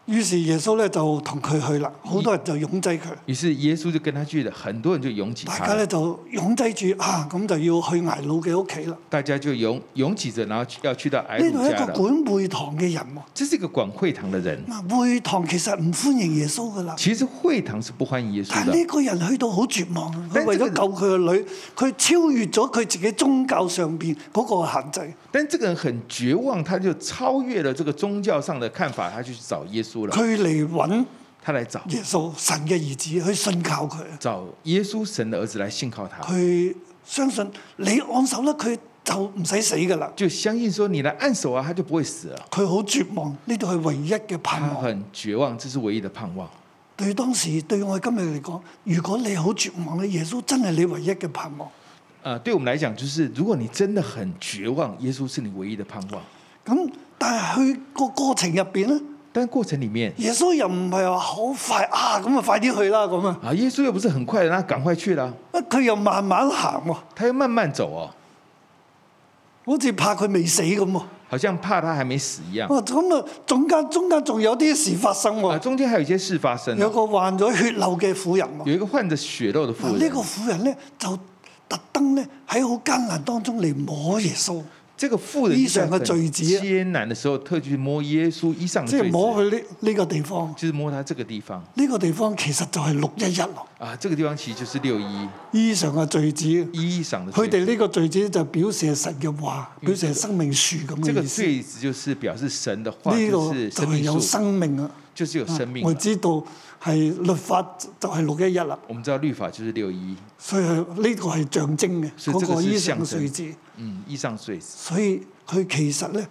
於是耶穌咧就同佢去啦，好多人就擁擠佢。
于是耶稣就跟他去了，很多人就拥挤
大
他
家咧
了，
就擁擠住啊，咁就要去挨老嘅屋企啦。
大家就拥拥挤着，然后去要去到挨
呢
鲁
度係一
家
個
了。
管會堂嘅人喎，
这是一个管会堂的人，
嗱會堂其實唔歡迎耶穌噶啦，
其实会堂是不欢迎耶稣
但係呢
的，
個人去到好絕望，啊
但係
佢為
呢個
咗救佢個女，佢超越咗佢自己宗教上邊嗰個限制，
但这个人很绝望，他就超越了这个宗教上的看法，他就去找耶稣了，
佢嚟揾
他来找
耶穌神嘅兒子去信靠佢，啊
找耶稣神的儿子来信靠他，
佢相信你按手咧，佢就唔使死噶啦。
就相信说你来按手啊，他就不会死了。
佢好絕望，呢度係唯一嘅盼
他
望。
很绝望，这是唯一的盼望。
對當時對我今日嚟講，如果你好絕望咧，耶穌真係你唯一嘅盼望。
呃，对我们来讲，就是如果你真的很绝望，耶稣是你唯一的盼望。
咁但係去個過程入邊咧，
但过程里面
耶穌又唔係話好快啊，咁啊快啲去啦咁啊，
啊，耶稣又不是很快的，那赶快去啦，
啊佢又慢慢行喎，
他要慢慢走哦，
好似怕佢未死咁喎。哇
好像怕他还没死一样。
咁啊，中間中間仲有啲事發生
啊，
喎，
中间还有一些事发生
有
哦，
個患咗血漏嘅婦人喎。
有一个患着血肉的
嗱
妇
呢
人，
個婦人咧就特登咧喺好艱難當中嚟摸耶穌，
这个妇人
衣裳的
在
罪
很
子啊
艰难的时候，特去摸耶稣衣裳的
即
罪
係摸
子，
佢呢呢個地方。
就是摸他这个地方
呢個地方其實就係六一一咯，
啊，这个地方其实就是六一
衣裳嘅罪子。
衣裳的
佢
罪
哋
子。
呢個罪子就表示係神嘅話，
嗯
表示係生命樹咁
这
嘅
个
意思。
罪子就是表示神的话，
呢
就
個
是
就
生
係
命
有
树，
生命啊！
就是有生命
我
了。
知道係律法就係六一一啦，
我们知道律法就是六一，
所以係呢個係象徵嘅
所以
嗰
這個
個
是
衣
象
裳
徵
碎字，
嗯，衣上碎死，
所以佢其實咧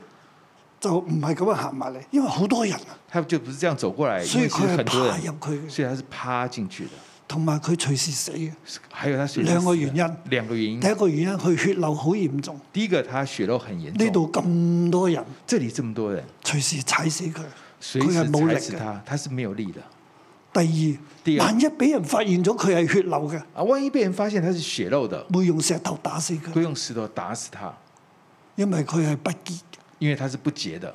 就唔係咁樣行埋嚟，因為好多人啊，
他就不是这样走过来，因
所以
为是
佢係
很多
爬
人
入，去嘅，
所以他是趴进去的。
同埋佢隨時死嘅。
还有他水
兩個原因，
两个原因
第。一個原因佢血流好嚴重，
第一个，他血肉很严重，
呢度咁多人
这里这么多人，
隨時踩死佢，
随
佢
时
係冇力
踩死
嘅。
他，他是没有力的
第
第
二，
二
萬一俾人發現咗佢係血流嘅，
啊！万一被人发现他是血肉的，
會用石頭打死佢
会，用石头打死他，
因為佢係不潔嘅。
因为他是不洁的，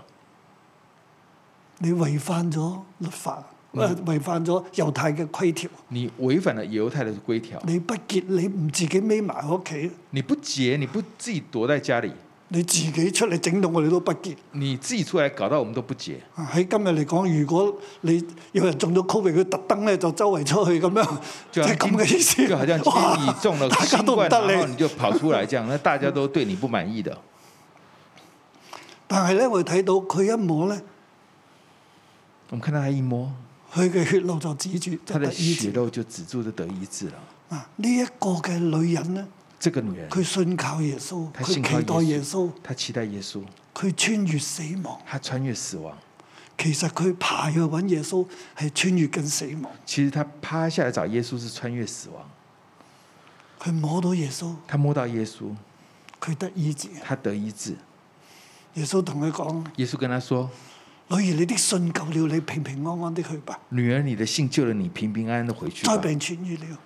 你違反咗律法，
嗯
誒違反咗猶太嘅規條，
你违反了犹太的规条，
你不潔，你唔自己匿埋喺屋企，
你不洁，你不自己躲在家里，
你自己出嚟整到我哋都不潔。
你自己出来搞到我们都不洁。
啊喺今日嚟講，如果你有人中咗 Covid，佢特登咧就周圍出去咁樣，即
就好
係
像
咁嘅意思。
就好像今
哇
天你中了
大家
新
都唔
冠，然
得
后啊你
你。
就跑出来这样，那大家都对你不满意的。
但係咧，我哋睇到佢一摸咧，
我们看到他一摸，
佢嘅血路就止住，
他
就
的
得醫
血
治。
肉就止住就得医治了。
啊，呢一個嘅女人咧，
这个女人，
佢信靠耶穌，
她
佢
信靠
期待耶
耶
穌，
她期待耶穌，
佢穿越死亡。
她穿越死亡。
其實佢爬去揾耶穌係穿越緊死亡，
其实她趴下来找耶穌是穿越死亡，
佢摸到耶穌，
她摸到耶穌，
佢得醫治。
她得医治。
耶穌同佢講：
耶穌跟她说
女兒，哎你的信救了你，平平安安的去吧：“，
女儿，你的信救了你，平平安安的回去吧
災。病痊愈了。”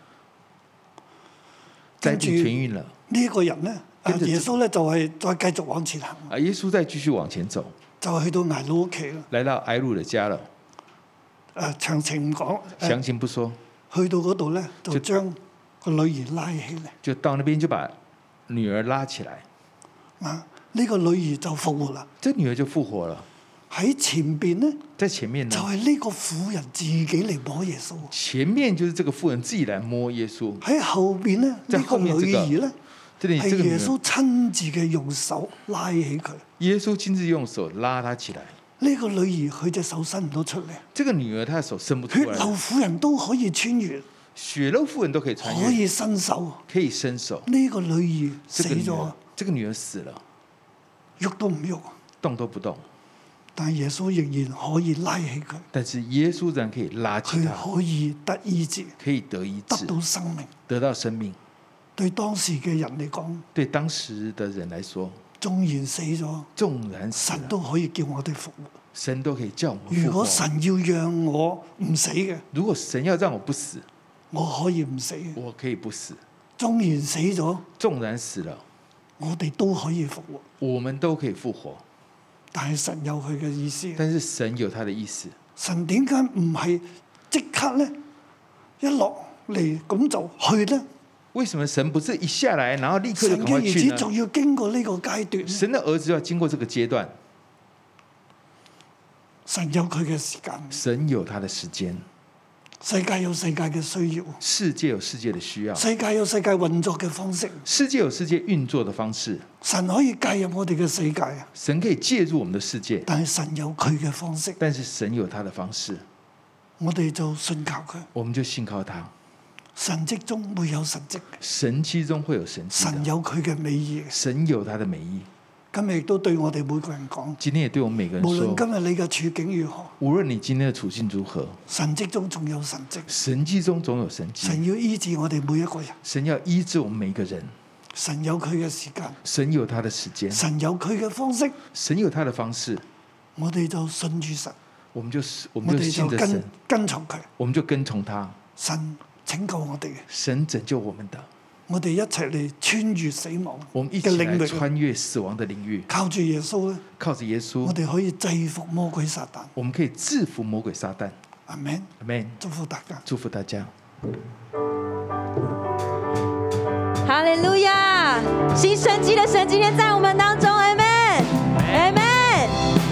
灾
跟住
病痊愈了。
呢一個人呢，啊
跟住
耶穌呢就係再繼續往前行，
啊，耶穌再繼續往前走，
就係去到挨佬屋企啦。啊
來到艾路的家了，
誒詳情唔講，誒
詳情不說，
去到嗰度呢，就
就
將個女兒拉起嚟。
就到那邊就把女兒拉起來，
啊，呢、個女兒就復活啦。
這女兒就復活了。
喺前邊呢，
在前面呢
就，係呢個婦人自己嚟摸耶穌。
前面就是這個婦人自己來摸耶穌，
喺後邊呢，
即係
呢個
後
女
面這個
兒呢，
這裡這
係
個女
哎耶
兒
穌親自嘅用手拉起佢。
耶穌親自用手拉她起來，
呢、個女兒佢隻手伸唔到出嚟，
這個女兒她的手伸不
血
出來
流
了，
婦人都可以穿越，
血肉婦人都可以穿
可
越，
以伸手。
可以伸手。
呢、個女兒
這
死
個女
咗
兒，，這個女兒死了，
喐都唔喐，
動都不動，
但係耶穌仍然可以拉起佢，
但是耶穌仍然可以拉起她，
佢可以得醫治，
可以得醫
得
治，
到生命。
得到生命。
對當時嘅人嚟講，
對當時的人來說，
縱然死咗，
縱然死了
神都可以叫我哋復活。
神都可以叫我们
如
复
果
活。
神要讓我唔死嘅，
如果神要让我不死，
我可以唔死嘅。
我可以不死。
縱然死咗，
纵然死了，
我哋都可以復活，
我们都可以复活。
但係神有佢嘅意思。
但是神有他的意思，
神點解唔係即刻咧一落嚟咁就去咧？
为什么神不是一下来，然后立刻就
神
赶
嘅
快
兒
去
子仲
呢？
要經過呢個階段，
神的儿子要经过这个阶段，
神有佢嘅時間。
神有他的时间，
世界有世界嘅需要，
世界有世界的需要，
世界有世界運作嘅方式。
世界有世界运作的方式，
神可以介入我哋嘅世界，啊
神可以介入我们的世界，
但係神有佢嘅方式，
但是神有他的方式，
我哋就信靠佢。
我们就信靠他。
神蹟中會有神蹟嘅，
神迹中会有神迹
神
的，
有佢嘅美意嘅。
神有他的美意。
今日亦都對我哋每個人講，
今天也对我们每个人
無
说
論，今日你嘅處境如何，
无论你今天的处境如何，
神蹟中仲有神蹟。
神迹中总有神迹。
神要醫治我哋每一個人，
神要医治我们每一个人，
神有佢嘅時間，
神有他的时间，
神有佢嘅方式，
神有他的方式，
我哋就信住神，
我们就是我
我
们就
哋就
信着神
跟，跟從佢。
我们就跟从他。
神拯救我哋嘅，
神拯救我们的，
我哋一齊嚟穿越死亡
我们一
嘅
起来
領域，
穿越死亡的领域，
靠住耶穌咧，
靠着耶稣
我，哋可以制服魔鬼撒旦。
我们可以制服魔鬼撒旦。
阿 m n
Amen，
祝福大家。
祝福大家。
哈利路亚！行神迹的神今天在我们当中，Amen，Amen。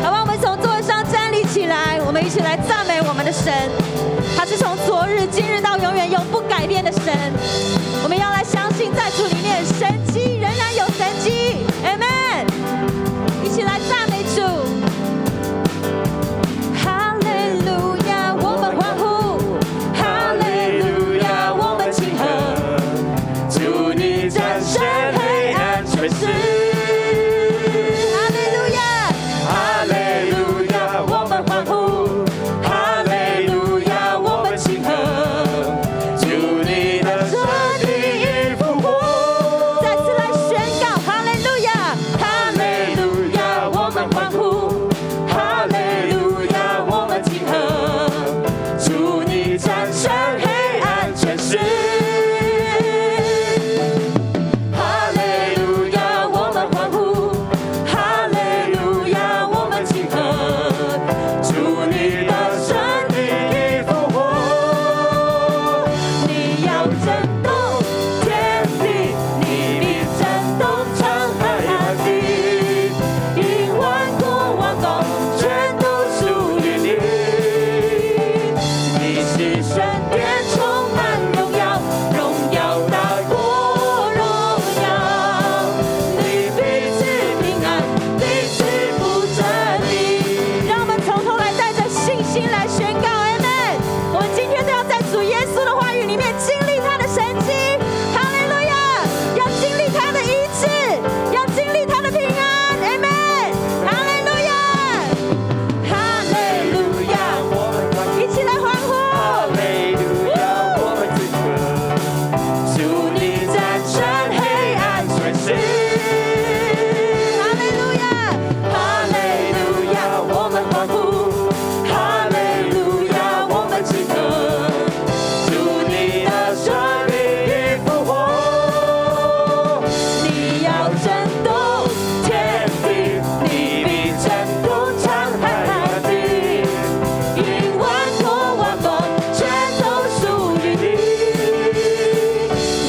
好吧，我们从座位上站立起来，我们一起来赞美我们的神，他是从昨日、今日到永远永不改变的神。我们要来相信，在主里面神迹仍然有神迹，Amen。一起来赞美主，哈利路亚！我们欢呼。是神殿充满荣耀，荣耀大过荣耀。你必赐平安，必赐不真理。让我们从头来带着信心来宣告，Amen。我们今天都要在主耶稣的话语里面经历他的神迹，哈利路亚！要经历他的医治，要经历他的平安，Amen。哈利路亚，哈利路亚，一起来欢呼！
祝你战胜黑暗权势，
哈利路亚，
哈利路亚，我们欢呼，哈利路亚，我们庆歌，祝你的生命复活，
你要震动
天
天地，
地你必震动沧海难平，
亿万国万邦全都属于你。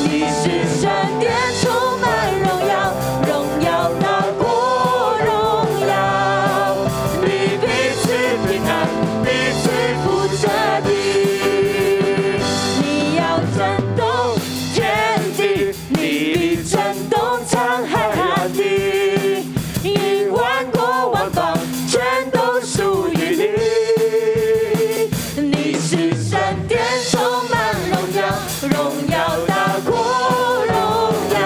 你是神殿，充满荣耀，荣耀大过荣耀。
你必赐平安，必赐
不
福
彻
泽
底，你要震动天
天
地
地，，
你
你
必
必震
震
动
动沧
沧海
海
难平。
亿万国万邦全都属于你。你是神殿，充满荣耀，荣耀大过荣耀。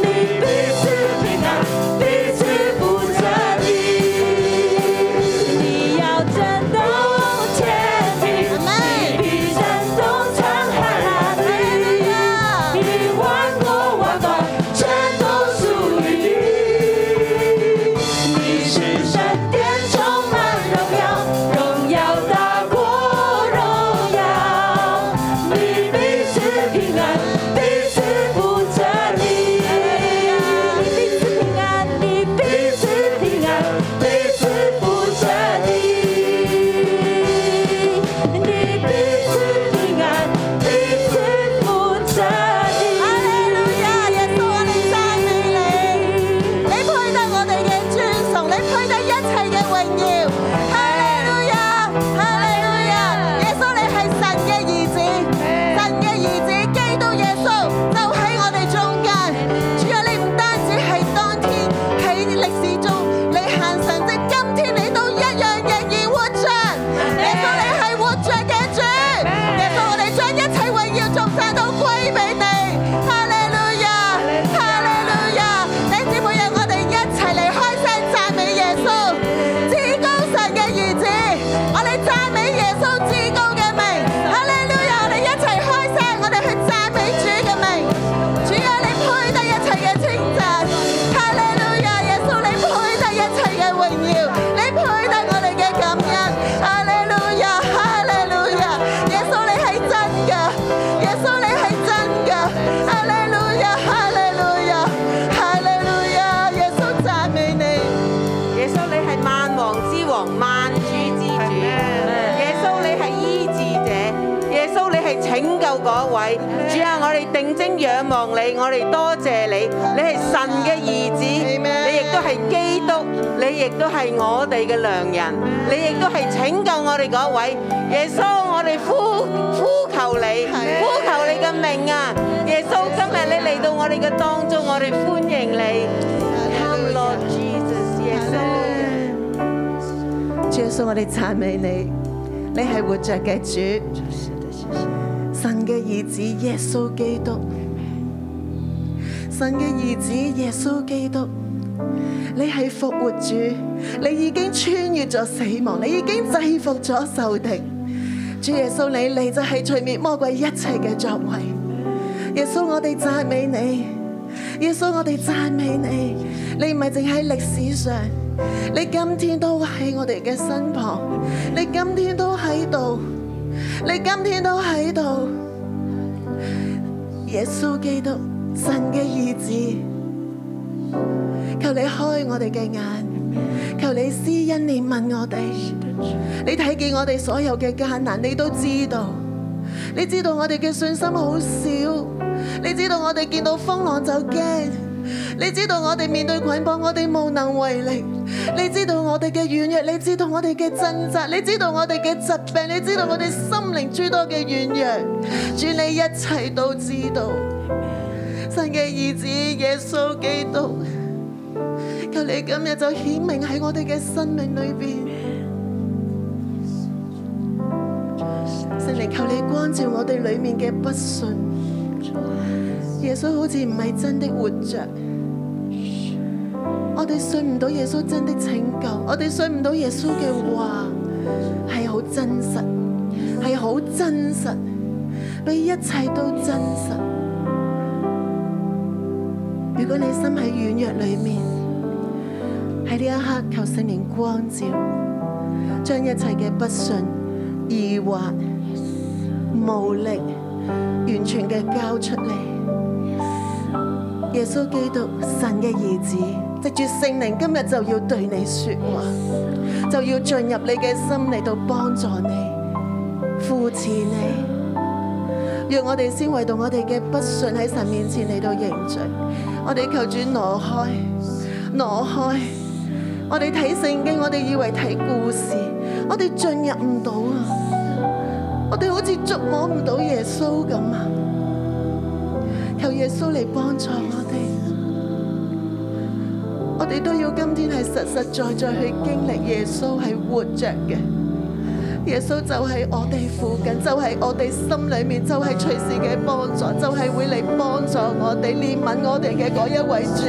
你必赐平安，必赐不彻底。你要震动天地，你必震动沧海难平。亿万国万邦全都属于你。你是神殿，充满荣耀，荣耀大过荣耀。你必赐平安，必赐不彻底。你必赐平安，你必赐平安，必赐不彻底。你必赐平安，必赐不彻底。哈利路亞，耶穌，我哋讚美你，你配得我哋嘅尊崇，你配得一切嘅榮耀。哈利路亞，哈利路亞，耶穌你係神嘅兒子，神嘅兒子基督耶穌就喺我哋中間。主啊，你唔單止係當天喺歷史中你行神蹟，今天你都一樣仍然活着。耶穌你係活着嘅主，耶穌我哋將一切榮耀頌讚都歸俾你。哈利路亞，哈利路亞，弟兄姊妹讓我哋一齊嚟開聲讚美耶穌，至高神嘅兒子，我哋讚美耶穌至高嘅名。哈利路亞，我哋一齊開聲，我哋去讚美主嘅名。主啊，你配得一切嘅稱讚。哈利路亞，耶穌你配得一切嘅榮耀，你配得我哋嘅感恩。哈利路亞，哈利路亞，耶穌你係真㗎，耶穌你係真㗎。哈利路亞，哈利路亞，哈利路亞，耶穌讚美你。
耶穌你係萬王之王，萬主之主。耶穌你係醫治者，耶穌你係拯救嗰位。主啊，我哋定睛仰望你，我哋多謝你，你係神嘅兒子，你亦都係基督，你亦都係我哋嘅良人，你亦都係拯救我哋嗰位。耶穌，我哋呼呼求你，呼求你嘅名啊！耶穌，今日你嚟到我哋嘅當中，我哋歡迎你。Come Lord Jesus，耶穌。
主耶穌，我哋讚美你，你係活着嘅主，神嘅兒子耶穌基督，神嘅兒子耶穌基督，你係復活主，你已經穿越咗死亡，你已經制服咗仇敵。主耶穌，你嚟就係除滅魔鬼一切嘅作為。耶穌，我哋讚美你。耶穌，我哋讚美你。你唔係淨喺歷史上，你今天都喺我哋嘅身旁，你今天都喺度，你今天都喺度。耶穌基督，神嘅兒子，求你開我哋嘅眼，求你施恩憐憫我哋。你睇見我哋所有嘅艱難，你都知道。你知道我哋嘅信心好少，你知道我哋見到風浪就驚，你知道我哋面對捆綁，我哋無能為力。你知道我哋嘅軟弱，你知道我哋嘅掙扎，你知道我哋嘅疾病，你知道我哋心靈諸多嘅軟弱。主，你一切都知道。神嘅兒子耶穌基督，求你今日就顯明喺我哋嘅生命裏邊。神嚟求你光照我哋裏面嘅不信。耶穌好似唔係真的活着，我哋信唔到耶穌真的拯救，我哋信唔到耶穌嘅話係好真實，係好真實，比一切都真實。如果你心喺軟弱裏面，喺呢一刻求聖靈光照，將一切嘅不信。疑惑、無力，完全嘅交出嚟。耶穌基督，神嘅兒子，藉住聖靈，今日就要對你說話，就要進入你嘅心嚟到幫助你、扶持你，讓我哋先為到我哋嘅不信喺神面前嚟到認罪。我哋求主挪開，挪開。我哋睇聖經，我哋以為睇故事，我哋進入唔到啊！我哋好似觸摸唔到耶穌咁啊！求耶穌嚟幫助我哋，我哋都要今天係實實在在去經歷耶穌係活着嘅。耶穌就喺我哋附近，就喺我哋心裏面，就係隨時嘅幫助，就係會嚟幫助我哋、憐憫我哋嘅嗰一位主。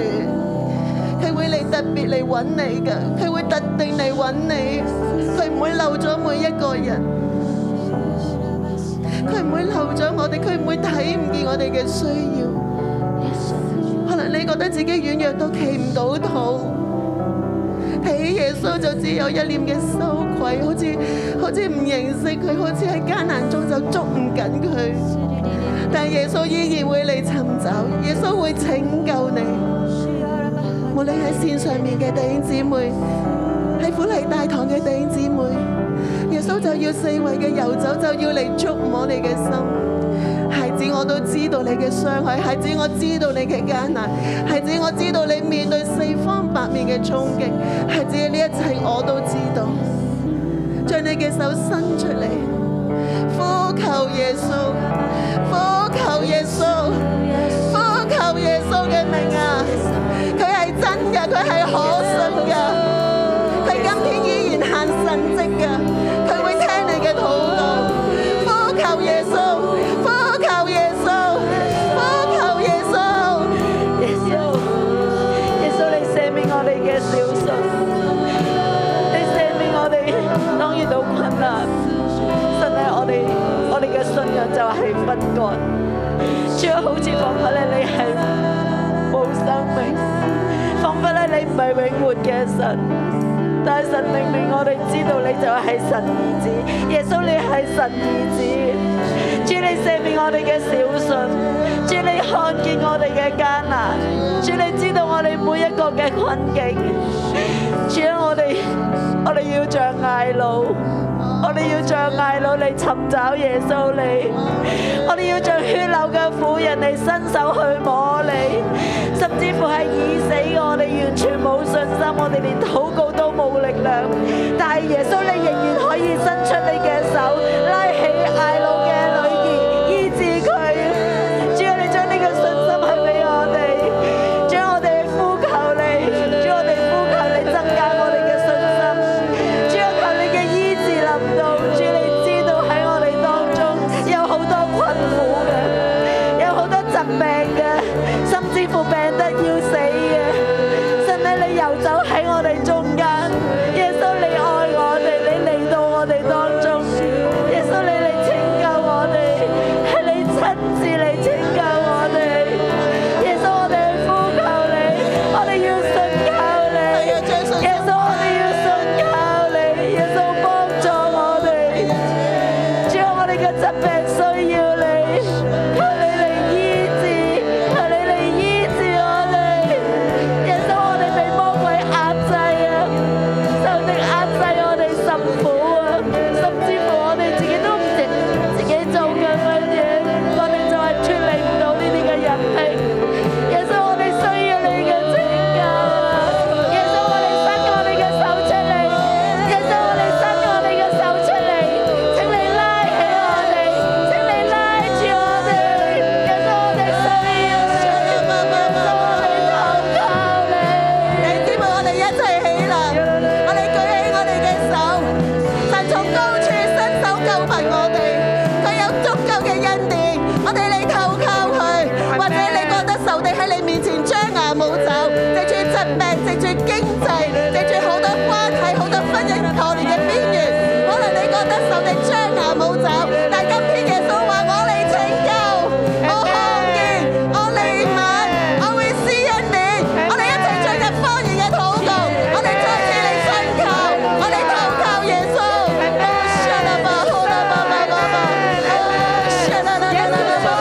佢會嚟特別嚟揾你嘅，佢會特定嚟揾你，佢唔會漏咗每一個人，佢唔會漏咗我哋，佢唔會睇唔見我哋嘅需要。可能你覺得自己軟弱到企唔到肚，睇起耶穌就只有一臉嘅羞愧，好似好似唔認識佢，好似喺艱難中就捉唔緊佢。但耶穌依然會嚟尋找，耶穌會拯救你。無論喺線上面嘅弟兄姊妹，喺苦麗大堂嘅弟兄姊妹，耶穌就要四圍嘅遊走，就要嚟觸摸你嘅心。孩子，我都知道你嘅傷害，孩子，我知道你嘅艱難，孩子，我知道你面對四方八面嘅衝擊，孩子，呢一切我都知道。將你嘅手伸出嚟，呼求耶穌，呼求耶穌，呼求耶穌嘅名啊！佢係真嘅，佢係可信嘅，佢今天依然行神蹟嘅，佢會聽你嘅禱告，呼求耶穌，呼求耶穌，呼求耶穌，耶穌，耶穌你赦免我哋嘅小信，你赦免我哋當遇到困難，真係我哋我哋嘅信仰就係不割，主啊，好似彷彿咧你係冇生命。仿佛咧你唔係永活嘅神，但係神明明我哋知道你就係神兒子，耶穌你係神兒子，主你赦免我哋嘅小信，主你看見我哋嘅艱難，主你知道我哋每一個嘅困境，主啊我哋我哋要像睚魯，我哋要像睚魯嚟尋找耶穌你，我哋要像血流嘅婦人嚟伸手去摸你。甚至乎係已死嘅，我哋完全冇信心，我哋連禱告都冇力量。但係耶穌，你仍然可以伸出你嘅手，拉起艾魯嘅女兒，醫治佢。主啊，你將呢個信心係俾我哋，將我哋呼求你，主我哋呼求你增加我哋嘅信心。主啊，求你嘅醫治臨到，主你知道喺我哋當中有好多困苦嘅，有好多疾病嘅，甚至乎病得要死嘅。神啊，你游走喺我哋中間，耶穌你愛我哋，你嚟到我哋當中，耶穌你嚟拯救我哋，係你親自嚟拯救我哋。耶穌我哋去呼求你，我哋要信靠你。耶穌我哋要信靠你，耶穌幫助我哋。主啊，我哋嘅疾病需要你，求你嚟醫治，求你嚟醫治我哋。耶穌，我哋被魔鬼壓制啊，受敵壓制我哋受苦啊，甚至乎我哋自己都唔知自己做緊乜嘢，我哋就係脫離唔到呢啲嘅人性。耶穌，我哋需要你
命，藉住經濟，藉住好多關係、好多婚姻破裂嘅邊緣。可能你覺得受敵張牙舞爪，但今天耶穌話：我嚟拯救，我看見，我憐憫，我會施恩你。我哋一齊進入方言嘅禱告，我哋再次嚟信求，我哋投靠耶穌。Oh, shalom, oh, shalom, oh, shalom, oh, shalom, oh, shalom, oh,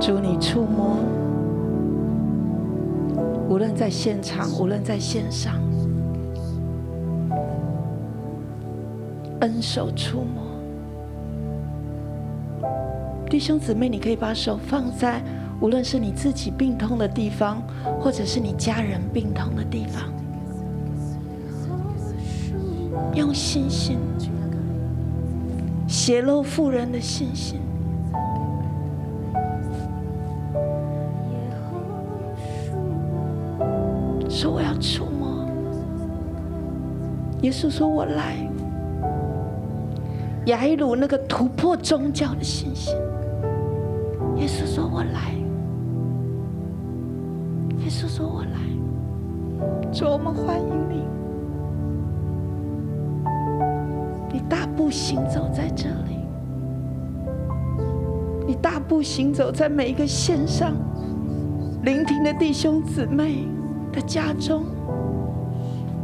主，你触摸，无论在现场，无论在线上，恩手触摸。弟兄姊妹，你可以把手放在无论是你自己病痛的地方，或者是你家人病痛的地方，用信心血露妇人的信心。
说我要触摸。耶稣说我来。雅一鲁那个突破宗教的信心，耶稣说我来。耶稣说我来。主，我们欢迎你。你大步行走在这里，你大步行走在每一个线上聆听的弟兄姊妹的家中，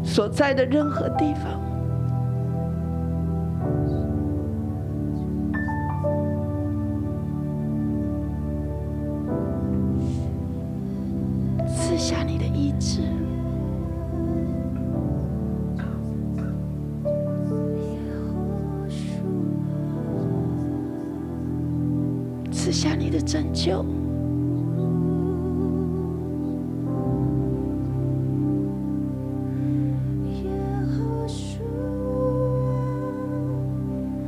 所在的任何地方。赐下你的意志。赐下你的拯救，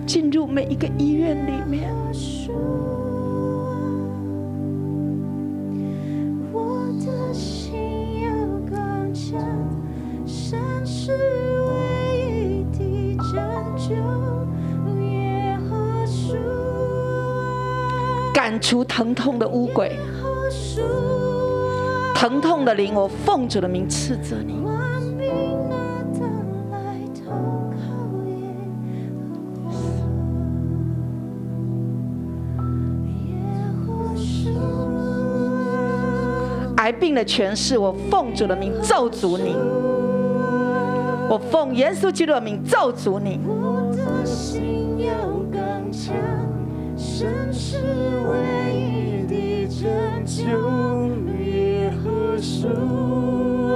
进入每一个医院里面，
我的心要刚强，山是唯一的拯救。耶和华，
赶除疼痛的污鬼，
和树
疼痛的灵，我奉主的名斥责你。
万民啊，当来投靠耶和华。耶和华，
癌病的权势，我奉主的名咒诅你，我奉耶稣基督的名咒诅你，
我的心要刚强，神是唯一的拯救。耶和华，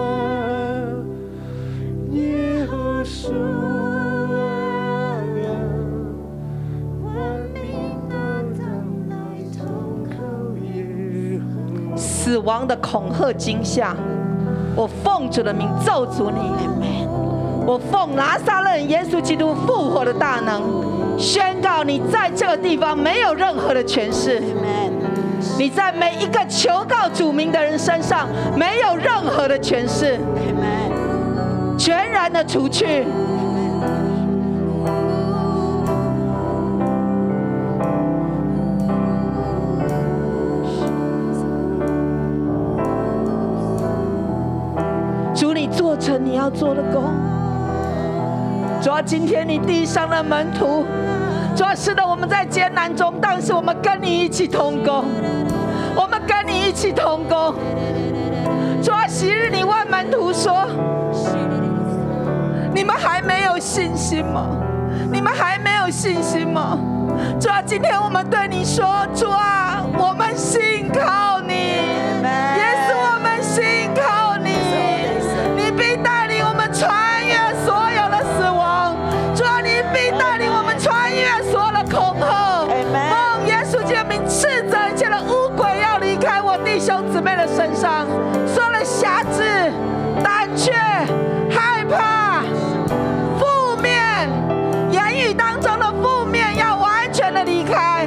耶和华，万民啊，当来投靠耶和华。
死亡的恐吓惊吓，我奉主的名咒诅你。我奉拿撒勒耶稣基督复活的大能，宣告你在这个地方没有任何的权势。你在每一个求告主名的人身上没有任何的权势，全然的除去。主，你做成你要做的工。主啊，今天你地上的门徒，主啊，是的，我们在艰难中，但是我们跟你一起同工，我们跟你一起同工。主啊，昔日你问门徒说：“你们还没有信心吗？你们还没有信心吗？”主啊，今天我们对你说，主啊，我们信靠你，耶稣，我们信靠你，你必带领我们穿越所有的死亡，主啊，你必带领我们穿越所有的恐吓，奉耶稣基督的名斥责一切的污鬼要离开我弟兄姊妹的身上，所有的瑕疵、胆怯、害怕。负面言语当中的负面要完全的离开，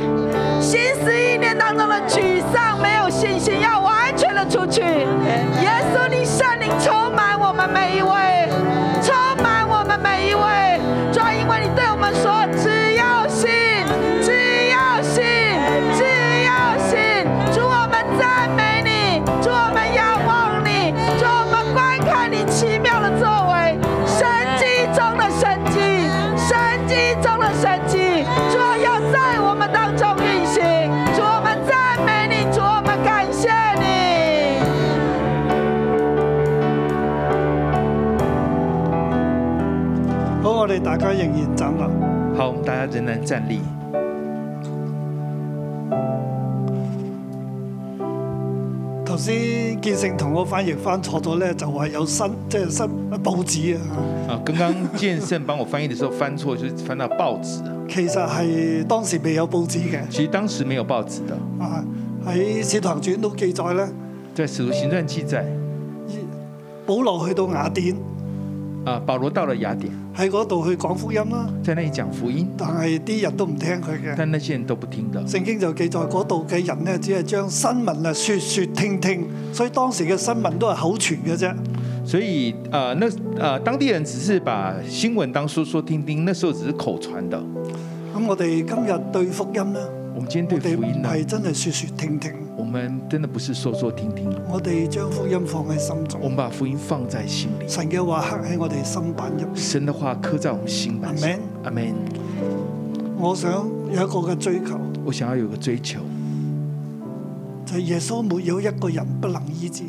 心思意念当中的沮丧、没有信心要完全的出去。耶稣，你圣灵充满我们每一位，充满我们每一位，主要因为你对我们说，只要信，只要信，只要信，主我们赞美你，主我们仰望你，主我们观看你奇妙的作为，神迹中的神迹，神迹中的神迹，主要在我们当中运行，主我们赞美你，主我们感谢你。
好，我哋大家仍然站立。
好，我们大家仍然站立。
頭先建聖同我翻譯翻錯咗咧，就話有新即係新報紙啊，
啊，刚刚建盛帮我翻译的时候翻错，就是翻到报纸。
其實係當時未有報紙嘅
其实当时没有报纸的，
啊。喺《使徒行傳》都記載咧，
在《使徒行传》记载，
保羅去到雅典
啊，保罗到了雅典，
喺嗰度去講福音啦，
在那里讲福音，
但係啲人都唔聽佢嘅。
但那些人都不听的。
聖經就記載嗰度嘅人咧，只係將新聞啊説説聽聽，所以當時嘅新聞都係口傳嘅啫。
所以呃，那呃，当地人只是把新闻当说说听听，那时候只是口传的。
咁我哋今日對福音咧，
我们今天
我
对
哋
福音
唔
呢，
係真係説説聽聽，
我們真的不是说说听听，
我哋將福音放喺心
我
中，
们把福音放在心里，
神嘅話刻喺我哋心板入邊。
神的话刻在我们心板上。阿门。
我想有一個嘅追求，
我想要有个追求，
就係、耶穌沒有一個人不能醫治。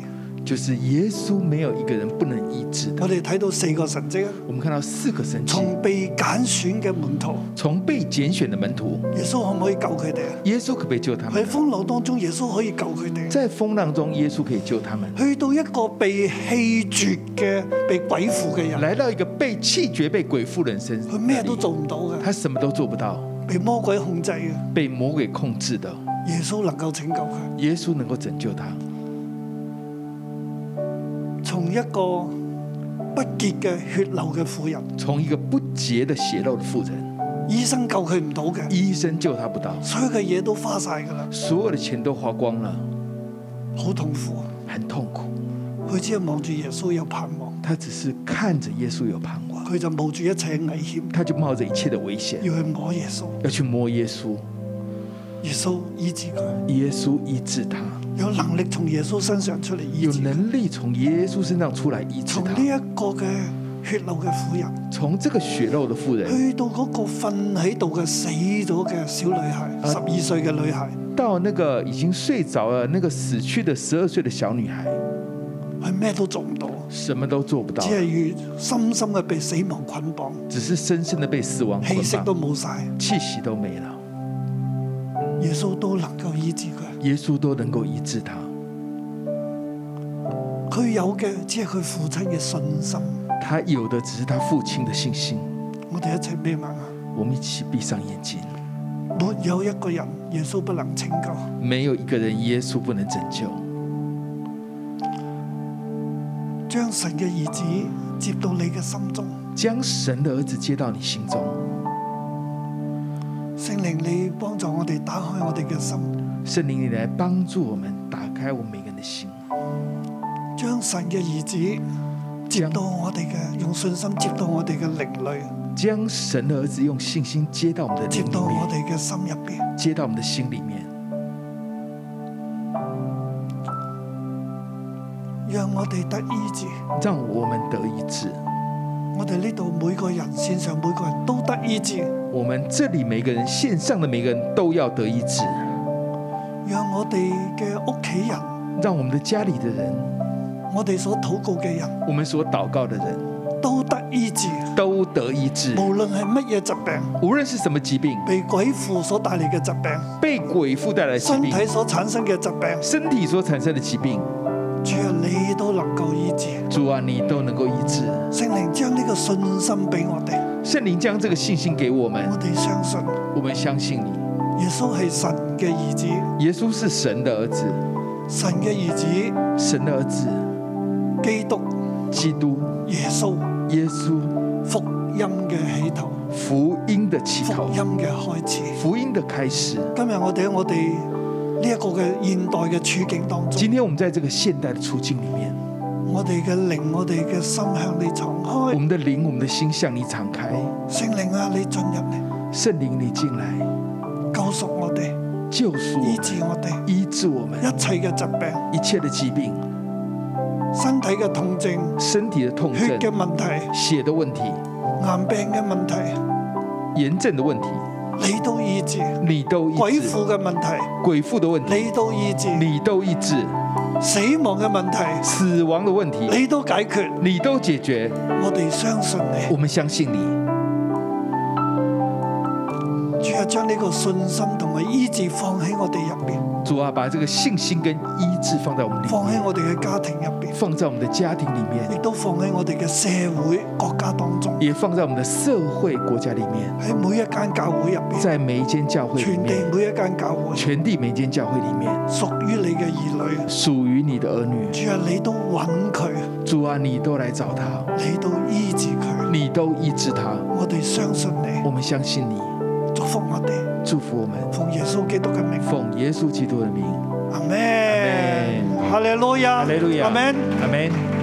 就是耶稣没有一个人不能医治的
我。哋睇到四個神跡啊，
我们看到四个神迹，
從被揀選嘅門徒，
从被拣选的门徒，
耶穌可唔可以救佢哋啊？
耶稣可不可以救他
喺
们？
風浪當中，耶穌可以救佢哋。
在风浪中，耶稣可以救他们。
去到一個被棄絕嘅、被鬼附嘅人，
来到一个被气绝、被鬼附人身，
佢咩都做，唔到嘅，
他什么都做不到，
被魔鬼控制嘅，
被魔鬼控制的，
耶穌能夠拯救佢。
耶稣能够拯救他。
從一個不潔嘅血流嘅婦人，
从一个不洁的血肉的妇人，
醫生救佢唔到嘅，
医生救他不到，
所有嘅嘢都花晒㗎啦，
所有的钱都花光了，
好痛苦。
很痛苦。
佢只係望住耶穌有盼望，
他只是看着耶穌有盼望，
佢就冒住一切危險
他就冒着一切的危险
要去摸耶穌，
要去摸耶穌，
耶穌醫治佢，
耶穌医治他，
有能力從耶穌身上出嚟醫
有
治佢。
能力从耶穌身上出来医治
從呢
他。
一個嘅血流嘅婦人，
从这个血肉的妇人
去到嗰個瞓喺度嘅死咗嘅小女孩，十二歲嘅女孩，
到那个已经睡着了那个死去的十二岁的小女孩，
佢咩都做唔到，
什么都做不到
只，係深深嘅被死亡捆綁，
只是深深的被死亡捆
氣息都
綁，
冇晒。
气息都没了。
耶穌都能夠醫治佢，
耶穌都能够医治他，
佢有嘅只係佢父親嘅信心。
他有的只是他父亲的信心。
我哋一齊眯埋眼，
我们一起闭上眼睛，
沒有一個人耶穌不能拯救。
没有一个人耶稣不能拯救。
將神嘅兒子接到你嘅心中，
将神的儿子接到你心中，
聖靈你幫助我哋打開我哋嘅心，
圣灵你来帮助我们打开我们每个人的心，
將神嘅兒子接到我哋嘅，用信心接到我哋嘅靈裏，
将神的儿子用信心接到我们的
接
灵
到
里面，
我哋嘅心入邊。
接到我们的心里面，
讓我哋得醫治，
让我们得医治。
我哋呢度每個人線上每個人都得醫治，
我们这里每个人，线上的每个人都要得医治，
讓我哋嘅屋企人，
让我们的家里的人，
我哋所禱告嘅人。
我们所祷告的人
都得醫治，
都得医治。
無論係乜嘢疾病，
无论是什么疾病，
被鬼附所帶嚟嘅疾病，
被鬼附带来的疾
身
病，
體所產生嘅疾病，
身体所产生的疾病，
主啊，你都能夠醫治。
主啊，你都能够医治。
聖靈將呢個信心俾我哋，
圣灵将这个信心给我们
我，哋相信
我们相信你。
耶穌係神嘅兒子，
耶稣是神的儿子，
神嘅兒子
神的儿子，
基督
基督，
耶穌
耶稣，
福音嘅起頭，
福音的起
福
头，
音嘅開始。
福音的开始。
今日我哋喺我哋呢一個嘅現代嘅處境當中
今，天我们在这个现代的处境里面，
我哋嘅靈，我哋嘅心向你敞
我
開，
们的灵，我们的心向你敞开，
聖靈啊，你進入嚟，
圣灵你进来，
救贖我哋。
救赎我
醫
们，
治我哋
医治我们
一切嘅疾病、
一切的疾病、
身體嘅痛症、
身体的痛
血
症、
嘅問題、
血的问题、
癌病嘅問題，
炎症的问题，
你都醫治；
你都医
鬼
治；
附嘅問題，
鬼附的问题，
你都醫治；
你都医治；
死亡嘅問題，
死亡的问题，
你都解決。
你都解决。
我哋相信
我
你，
们相信你。
主啊，將呢個信心同埋醫治放喺我哋入邊，
主啊，把这个信心跟医治放在我们里
放
面，
喺我哋嘅家庭入邊，
放在我们的家庭里面，
亦都放喺我哋嘅社會國家當中，
也放在我们的社会国家里面，
喺每一間教會入邊，
在每一间教会里
全地
面，
每一間教會，
全地每一间教会里面，
屬於你嘅兒女。
属于你的儿女，
主啊，你都揾佢。
主啊，你都来找他，
你都醫治佢。
你都医治他。
我哋相信你，
我们相信你，
祝福我哋，
祝福我们，
奉耶穌基督嘅名，
奉耶稣基督的名，
阿
阿
門。
门
哈利路亞，
哈利路亚，
阿門。
阿门。